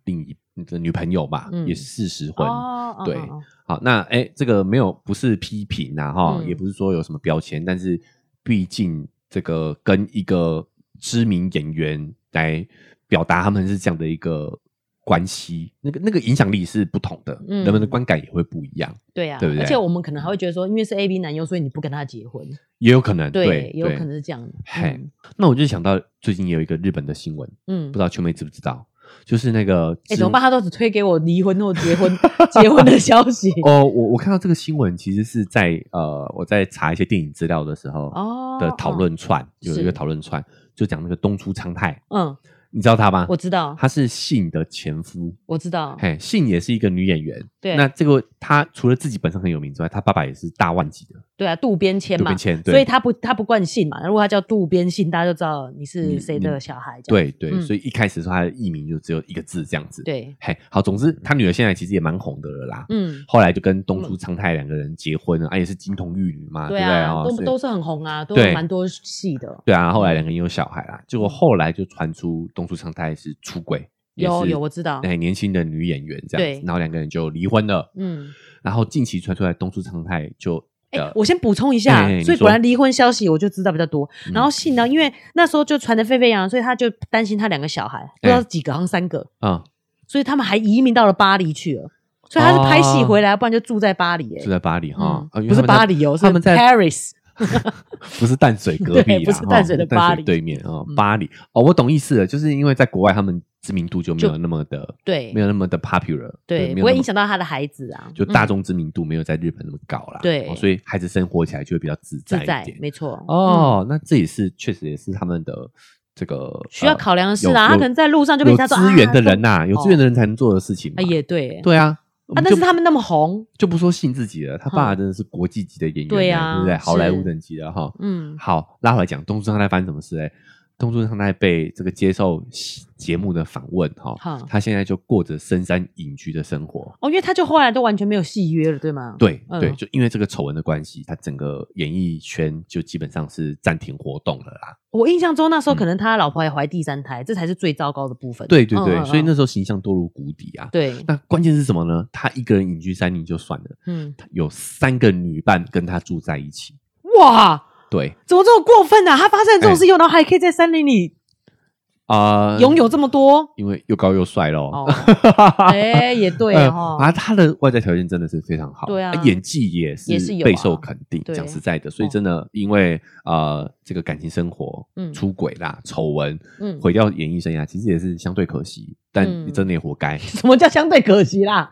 S1: 另一、的女朋友嘛，
S2: 嗯
S1: 也是四十婚。
S2: 哦，
S1: 对
S2: 哦哦
S1: 好，那哎、诶这个没有不是批评呐、哈，
S2: 嗯
S1: 也不是说有什么标签，但是毕竟这个跟一个知名演员来表达他们是这样的一个关系，那个那个影响力是不同的，
S2: 嗯
S1: 人们的观感也会不一样，
S2: 对啊，
S1: 对不对
S2: 而且我们可能还会觉得说，因为是 A B 男优，所以你不跟他结婚，
S1: 也有可能对，
S2: 也有
S1: 对
S2: 可能。是这样的。
S1: 嘿，那我就想到最近也有一个日本的新闻，
S2: 嗯，嗯
S1: 不知，道秋妹知不知道，就是那个知
S2: 哎，怎么办？他都只推给我离婚或结婚结婚
S1: [laughs]
S2: 的消息。
S1: 哦，我我看到这个新闻，其实是在呃，我在查一些电影资料的时候
S2: 哦
S1: 的讨，论串，有一个
S2: 是
S1: 讨论串就讲那个东出昌太，
S2: 嗯，
S1: 你知道他吗？
S2: 我知道，
S1: 他是信的前夫，
S2: 我知道，
S1: 嘿，信也是一个女演员。
S2: 对
S1: 那这个她除了自己本身很有名之外，她爸爸也是大腕级的
S2: 对啊，渡边谦
S1: 渡
S2: 嘛
S1: 边，谦，对
S2: 所以他不他不惯姓嘛，如果他叫渡边姓，大家就知道你
S1: 你
S2: 是谁
S1: 你
S2: 的小孩。这样
S1: 对对，
S2: 嗯
S1: 所以一开始说他的艺名就只有一个字这样子。，
S2: 对，
S1: 嘿，好，总之他女儿现在其实也蛮红的了啦。
S2: 嗯，
S1: 后来就跟东出昌太两个人结婚了，啊，也是金童玉女嘛，对不对
S2: 啊，
S1: 哦
S2: 都
S1: 所以
S2: 都是嗯很红啊，都
S1: 对
S2: 蛮多戏的。
S1: 对啊，后来两个人有小孩啦，结果后来就传出东出昌太是出轨，也
S2: 有
S1: 是
S2: 有，我知道。
S1: 哎，年轻的女演员这样子
S2: 对，
S1: 然后两个人就离婚了。
S2: 嗯，
S1: 然后近期传出来东出昌太就呃
S2: 哎，我先补充一下
S1: 哎哎，
S2: 所
S1: 你说
S2: 以
S1: 嗯
S2: 果然离婚消息我就知道比较多。然后信呢，因为那时候就传的沸沸扬扬，所以他就担心他两个小
S1: 哎
S2: 孩，不知道几个，好像三个，
S1: 啊
S2: 所以他们还移民到了巴黎去了。所以他是拍戏回
S1: 哦
S2: 来，不然就住在巴黎。
S1: 住
S2: 哎，
S1: 在巴黎哈
S2: 嗯，
S1: 啊因为
S2: 不
S1: 他
S2: 是
S1: 们在
S2: 巴黎哦，是
S1: 他们在
S2: Paris。
S1: [laughs] 不是淡水隔壁啦，
S2: 对不是
S1: 哈
S2: 淡水的巴黎
S1: 对面啊
S2: 嗯，
S1: 巴黎哦，我懂意思了，就是因为在国外他们知名度就没有
S2: 就
S1: 那么的，
S2: 对
S1: 没有那么的 popular，
S2: 对，
S1: 没有那么
S2: 不会影响到他的孩子啊，
S1: 就大
S2: 嗯
S1: 众知名度没有在日本那么高啦，
S2: 对
S1: 哦所以孩子生活起来就会比较自
S2: 自
S1: 在一
S2: 在
S1: 点，，
S2: 没错。嗯
S1: 哦，那这也是确实也是他们的这个
S2: 需要
S1: 呃
S2: 考量的是
S1: 有
S2: 啊，他
S1: 有
S2: 可能在路上就被
S1: 有
S2: 人家说
S1: 资源的人
S2: 啊
S1: 呐，有资源的人才能做的事情嘛
S2: 啊，也对，
S1: 对啊。我
S2: 啊，
S1: 们
S2: 但
S1: 就是
S2: 他们那么红，
S1: 就不说信自己了，他爸真的是国际级的演员，
S2: 对啊
S1: 对不对？好莱坞
S2: 是
S1: 等级的哈。
S2: 嗯，
S1: 好，拉回来讲东出昌太发生什么事嘞？东出昌太被这个接受节目的访问哈
S2: 好，
S1: 他现在就过着深山隐居的生活。
S2: 哦，因为他就后来都完全没有戏约了，对吗？，
S1: 对
S2: 嗯
S1: 对，就因为这个丑闻的关系，他整个演艺圈就基本上是暂停活动了啦。
S2: 我印象中那时
S1: 嗯
S2: 候可能他老婆还怀第三胎，这才是最糟糕的部分。
S1: 对对
S2: 嗯
S1: 对，
S2: 嗯
S1: 所以
S2: 嗯
S1: 那时候形象堕入谷底啊。
S2: 对，
S1: 那关键是什么呢？他一个人隐居山林就算了，
S2: 嗯，
S1: 他有三个女伴跟他住在一起。
S2: 哇，
S1: 对
S2: 怎么这么过分啊？他发生这
S1: 哎
S2: 种事情，然后还可以在山林里
S1: 啊，
S2: 拥有这么多
S1: 因为又高又帅喽。 [laughs]
S2: 哦，哎，也对
S1: 呃
S2: 哦，
S1: 啊，他的外在条件真的是非常好，哎
S2: 对啊
S1: 演技也
S2: 也是有啊
S1: 备受肯定。
S2: 对哦
S1: 讲实在的，所以真的因为呃这个感情生活、
S2: 嗯
S1: 出轨啦、丑闻
S2: 嗯，
S1: 毁掉演艺生涯，其实也是相对可惜，但
S2: 嗯
S1: 真的也活该。
S2: 什么叫相对可惜啦？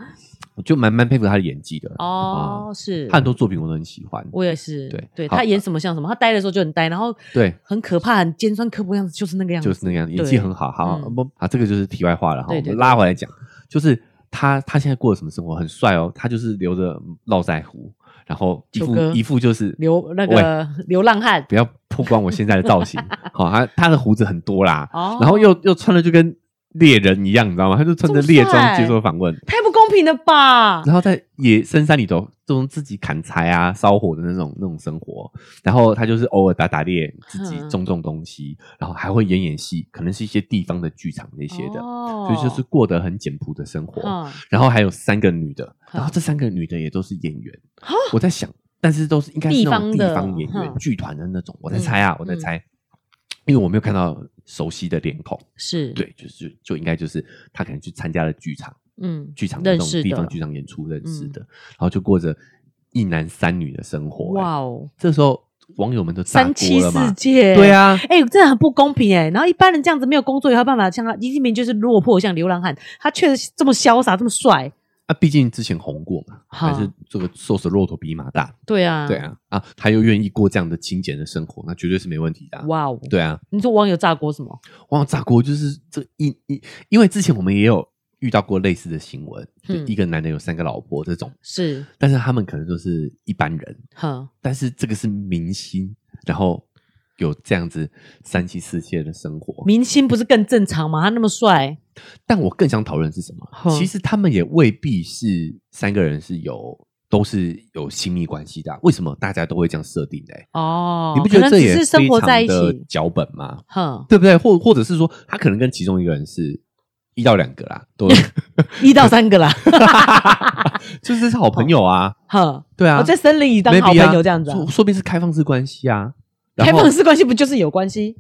S1: 我就蛮蛮佩服他的演技的
S2: 哦，，
S1: 嗯
S2: 是
S1: 啊他，很多作品我都很喜欢。
S2: 我也是，
S1: 对
S2: 对
S1: 好
S2: 他演什么像什么，他呆的时候就很呆，然后
S1: 对，
S2: 很可怕、很尖酸刻薄样子，就是那个样子，
S1: 就是那个样子，演技
S2: 对
S1: 很好。好
S2: 嗯
S1: 不啊，这个就是题外话了哈。我
S2: 对对
S1: 们
S2: 对
S1: 拉回来讲，就是他他现在过的什么生活？很帅哦，他就是留着络腮胡，然后一
S2: 九
S1: 副
S2: 哥
S1: 一副就是
S2: 流那个流浪汉
S1: 不要曝光我现在的造
S2: [laughs]
S1: 型。好，他他的胡子很多啦，
S2: 哦，
S1: 然后又又穿的就跟猎人一样，你知道吗？他就穿着猎
S2: 这么
S1: 装
S2: 帅
S1: 接受访问。
S2: 太不公平的吧？
S1: 然后在野深山里头，这种自己砍柴啊、烧火的那种那种生活，然后他就是偶尔打打猎，自己
S2: 嗯
S1: 种种东西，然后还会演演戏，可能是一些地方的剧场那些的，
S2: 哦
S1: 所以就是过得很简朴的生活。
S2: 嗯
S1: 然后还有三个女的，
S2: 好
S1: 然后这三个女的也都是演员。我在想，但是都是应该是那种
S2: 啊地方的
S1: 地方演员、
S2: 哼
S1: 剧团的那种。我在猜啊，我在
S2: 嗯
S1: 猜，因为我没有看到熟悉的脸孔。
S2: 是，
S1: 对，就是就应该就是他可能去参加了剧场，
S2: 嗯，
S1: 剧场的那
S2: 认
S1: 种
S2: 识
S1: 地方
S2: 的，嗯
S1: 剧场演出认识的，然后就过着一男三女的生活、
S2: 哇
S1: 哇！
S2: 哦，
S1: 这时候网友们都炸
S2: 三
S1: 锅
S2: 妻
S1: 了
S2: 四
S1: 嘛？
S2: 妾，
S1: 对。啊，
S2: 哎、真的很不公平哎、然后一般人这样子没有工作，也没有办法像他，一明明就是落魄，像流浪汉，他却这么潇洒，这么帅。
S1: 啊，毕竟之前红过嘛，还
S2: 哈
S1: 是这个瘦死骆驼比马大，
S2: 对啊，
S1: 对，啊，啊，他又愿意过这样的清简的生活，那绝对是没问题的啊、
S2: 哇哦，
S1: 对啊，
S2: 你说网友炸锅什么？
S1: 哇，炸锅就是这一一，因为之前我们也有遇到过类似的新闻，就
S2: 嗯
S1: 一个男的有三个老婆这种，
S2: 是，
S1: 但是他们可能都是一般人，
S2: 哼，
S1: 但是这个是明星，然后有这样子三妻四妾的生活。
S2: 明星不是更正常吗？他那么帅，
S1: 但我更想讨论是什么？
S2: 哼
S1: 其实他们也未必是三个人是有都是有亲密关系的啊、为什么大家都会这样设定呢、
S2: 哦，
S1: 你不觉得
S2: 可
S1: 这
S2: 能
S1: 也
S2: 只是生活在一
S1: 非常的
S2: 起？
S1: 脚本吗？
S2: 哼，
S1: 对不对？或或者是说，他可能跟其中一个人是一到两个啦，都
S2: [laughs]
S1: 有 [laughs]
S2: 一到三个啦，
S1: 就是是好朋友啊，
S2: 哼，
S1: [laughs] 对啊，
S2: 我在森林里哦当
S1: maybe
S2: 好朋
S1: 啊
S2: 友这样子啊、
S1: 说说不定是开放式关系啊。然
S2: 开
S1: 后
S2: 放式关系不就是有关系？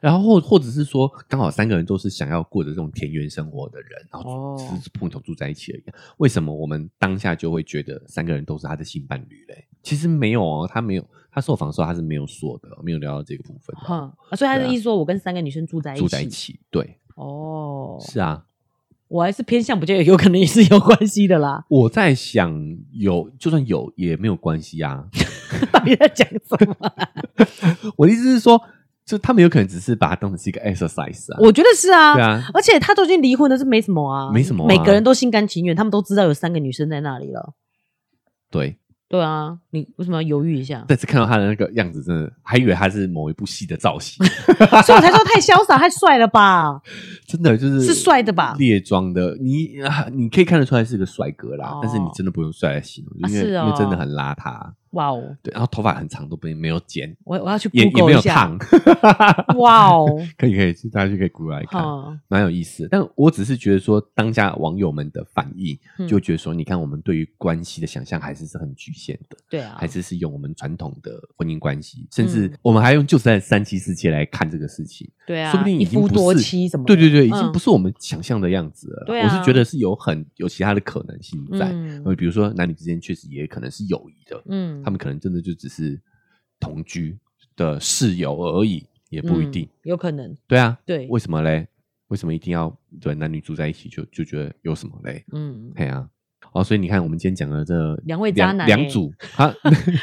S1: 然后或或者是说，刚好三个人都是想要过着这种田园生活的人，然后
S2: 哦
S1: 只是碰巧住在一起而已。为什么我们当下就会觉得三个人都是他的性伴侣嘞？其实没有哦，他没有，他受访的时候他是没有说的，没有聊到这个部分的，
S2: 哼，啊所以他
S1: 对
S2: 的
S1: 啊
S2: 意思说我跟三个女生住在一起，
S1: 住在一起，对，
S2: 哦，
S1: 是啊。
S2: 我还是偏向比较有可能也是有关系的啦。
S1: 我在想有，就算有也没有关系啊。 [laughs]
S2: 到底在讲什么？ [laughs]
S1: 我的意思是说，就他们有可能只是把它当成是一个 exercise 啊。
S2: 我觉得是啊，
S1: 对啊，
S2: 而且他都已经离婚了，这没什么啊，
S1: 没什么啊
S2: 每个人都心甘情愿，他们都知道有三个女生在那里了。
S1: 对。？
S2: 对啊，你为什么要犹豫一下
S1: 但是看到他的那个样子，真的还以为他是某一部戏的造型。
S2: 所以我才说太潇洒、太帅了吧？
S1: 真的就是
S2: 是帅的吧
S1: 列装的，你 [laughs] 啊，你可以看得出来是个帅哥啦，
S2: 哦
S1: 但是你真的不用帅来形容，
S2: 啊
S1: 因为、
S2: 是哦
S1: 因为真的很邋遢。
S2: 哇哦，
S1: 对，然后头发很长，都没没有剪，
S2: 我我要去
S1: 也也
S2: Google
S1: 没有
S2: 一下。
S1: 烫。 [laughs]
S2: [laughs] 哇哦，嗯
S1: 可以可以，大家就可以 Google 来看，
S2: 哈，
S1: 蛮有意思的。但我只是觉得说，当下网友们的反应，
S2: 嗯
S1: 就觉得说，你看我们对于关系的想象还是是很局限的，
S2: 对啊
S1: 还，是是用我们传统的婚姻关系，甚至
S2: 嗯
S1: 我们还用旧时代的三妻四妾来看这个事情。
S2: 对啊，
S1: 说不定已
S2: 一
S1: 经不
S2: 夫
S1: 是
S2: 多妻什么的？
S1: 对对对，已经
S2: 嗯
S1: 不是我们想象的样子了啦。
S2: 对
S1: 我
S2: 啊
S1: 是觉得是有很有其他的可能性在。
S2: 嗯
S1: 呃，比如说男女之间确实也可能是友谊的，
S2: 嗯，
S1: 他们可能真的就只是同居的室友而已，也不一定。
S2: 嗯有可能。
S1: 对啊，
S2: 对
S1: 为什么嘞？为什么一定要对男女住在一起就就觉得有什么嘞？
S2: 嗯，
S1: 嘿啊，哦，所以你看我们今天讲的这
S2: 两位渣
S1: 两
S2: 男
S1: 两
S2: 欸 [laughs]
S1: 组啊，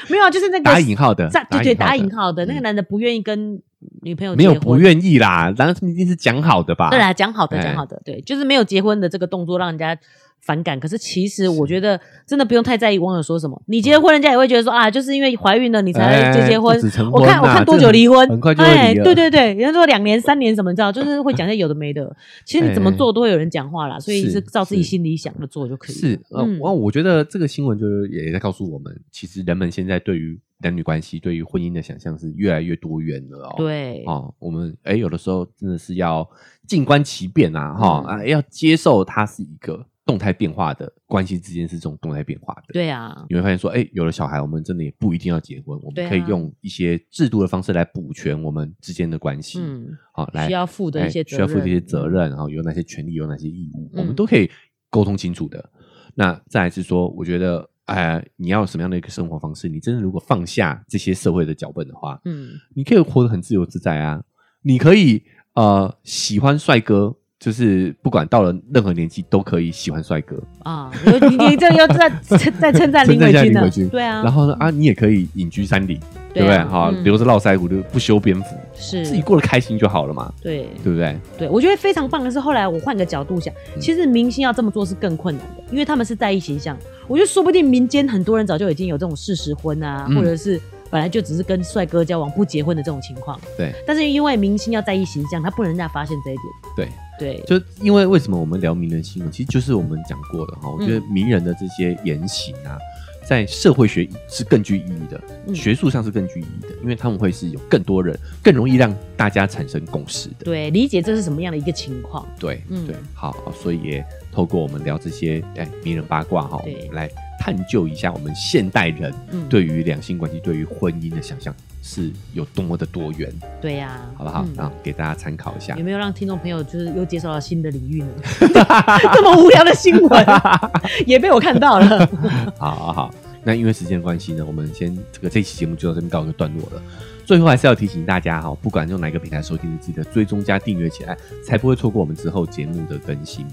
S2: 没
S1: [laughs]
S2: 有啊，就是那个
S1: 打引号的
S2: 渣，对对，打引
S1: 的
S2: 号的那个
S1: 嗯
S2: 男的不愿意跟女朋友
S1: 没有
S2: 结婚
S1: 不愿意啦，当然一定是讲好的吧？
S2: 对啦，讲好的，
S1: 哎
S2: 讲好的，对，就是没有结婚的这个动作让人家反感。可是其实我觉得真的不用太在意网友说什么，你结婚人家也会觉得说啊，就是因为怀孕了你才结结婚
S1: 嗯哎不止成。
S2: 我看
S1: 婚
S2: 我
S1: 啊
S2: 看多
S1: 这个
S2: 久离婚，哎
S1: 很快就会离了
S2: 对对对，人家说两年三年什么，你知道，就是会讲些有的没的。其实你怎么做都会有人讲话啦，所
S1: 哎
S2: 以
S1: 是
S2: 是照自己
S1: 是
S2: 心里想的做就可以了。
S1: 是，呃，
S2: 嗯
S1: 我、我觉得这个新闻就是也在告诉我们，其实人们现在对于男女关系、对于婚姻的想象是越来越多元了哦。。
S2: 对，
S1: 哦，我们哎，有的时候真的是要静观其变啊，哈、
S2: 嗯
S1: 啊，要接受它是一个动态变化的关系之间是这种动态变化的。，
S2: 对啊，
S1: 你会发现说，哎，有了小孩，我们真的也不一定要结婚，我
S2: 对
S1: 们
S2: 啊
S1: 可以用一些制度的方式来补全我们之间的关系。
S2: 嗯，
S1: 好、来
S2: 需要负的
S1: 哎
S2: 一些
S1: 需要负的一些责
S2: 任。
S1: 任，然后有哪些权利，有哪些义务，我们
S2: 嗯
S1: 都可以沟通清楚的。那再来是说，我觉得，哎、你要有什么样的一个生活方式？你真的如果放下这些社会的脚本的话，
S2: 嗯，
S1: 你可以活得很自由自在啊。你可以呃喜欢帅哥，就是不管到了任何年纪都可以喜欢帅哥。
S2: 啊，你你这又在
S1: [laughs]
S2: 在称赞林
S1: 称赞一
S2: 伟
S1: 下
S2: 君
S1: 林伟
S2: 呢
S1: 君？
S2: 对啊，
S1: 然后呢啊，你也可以隐居山林，对
S2: 对
S1: 不对？
S2: 啊
S1: 好，
S2: 嗯
S1: 留着络腮胡，就不修边幅，
S2: 是
S1: 自己过得开心就好了嘛，
S2: 对
S1: 对不对？
S2: 对，我觉得非常棒的是，后来我换个角度想，
S1: 嗯
S2: 其实明星要这么做是更困难的，因为他们是在意形象。我觉得说不定民间很多人早就已经有这种事实婚啊，
S1: 嗯
S2: 或者是本来就只是跟帅哥交往不结婚的这种情况。
S1: 对
S2: 但是因为明星要在意形象，他不能让大家发现这一点。
S1: 对，
S2: 对，
S1: 就因为为什么我们聊名人新闻，其实就是我们讲过的哈，
S2: 嗯
S1: 我觉得名人的这些言行啊，在社会学是更具意义的，
S2: 嗯
S1: 学术上是更具意义的，因为他们会是有更多人，更容易让大家产生共识的。
S2: 对，理解这是什么样的一个情况。
S1: 对，
S2: 嗯
S1: 对，好，哦所以也透过我们聊这些哎名人八卦哈，我
S2: 对
S1: 们来探究一下我们现代人
S2: 嗯，
S1: 对于两性关系、对于婚姻的想象是有多么的多元，
S2: 对呀、
S1: 好不好？
S2: 嗯
S1: 然后给大家参考一下
S2: 有。没有让听众朋友就是又介绍到新的
S1: [laughs]
S2: 领域呢？ [laughs] 这么无聊的新闻 [laughs] 也被我看到了。
S1: 好好好，那因为时间关系呢，我们先这个这期节目就到这边告一个段落了。最后还是要提醒大家哈，不管用哪一个平台收听，记得追踪加订阅起来，才不会错过我们之后节目的更新。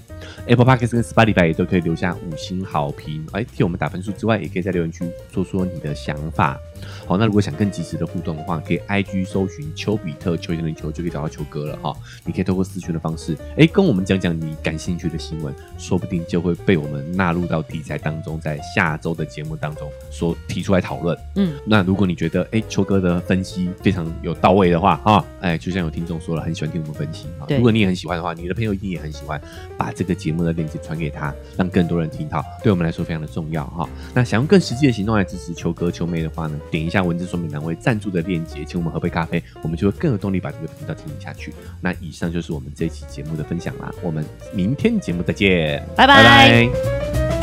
S1: Apple Podcast 跟 Spotify 也都可以留下五星好评，哎，替我们打分数之外，也可以在留言区说说你的想法。好，那如果想更及时的互动的话，可以 IG 搜寻丘比特丘先的丘就可以找到丘哥了哈、你可以透过私讯的方式，哎，跟我们讲讲你感兴趣的新闻，说不定就会被我们纳入到题材当中，在下周的节目当中所提出来讨论。
S2: 嗯，
S1: 那如果你觉得哎秋哥的分析非常有到位的话啊，哎，就像有听众说了，很喜欢听我们分析啊。
S2: 对
S1: 如果你也很喜欢的话，你的朋友一定也很喜欢，把这个节目的链接传给他，让更多人听到，对我们来说非常的重要哈、那想用更实际的行动来支持秋哥秋妹的话呢，点一下文字说明栏位赞助的链接，请我们喝杯咖啡，我们就会更有动力把这个频道经营下去。那以上就是我们这一期节目的分享啦，我们明天节目再见，
S2: 拜
S1: 拜
S2: 拜
S1: 拜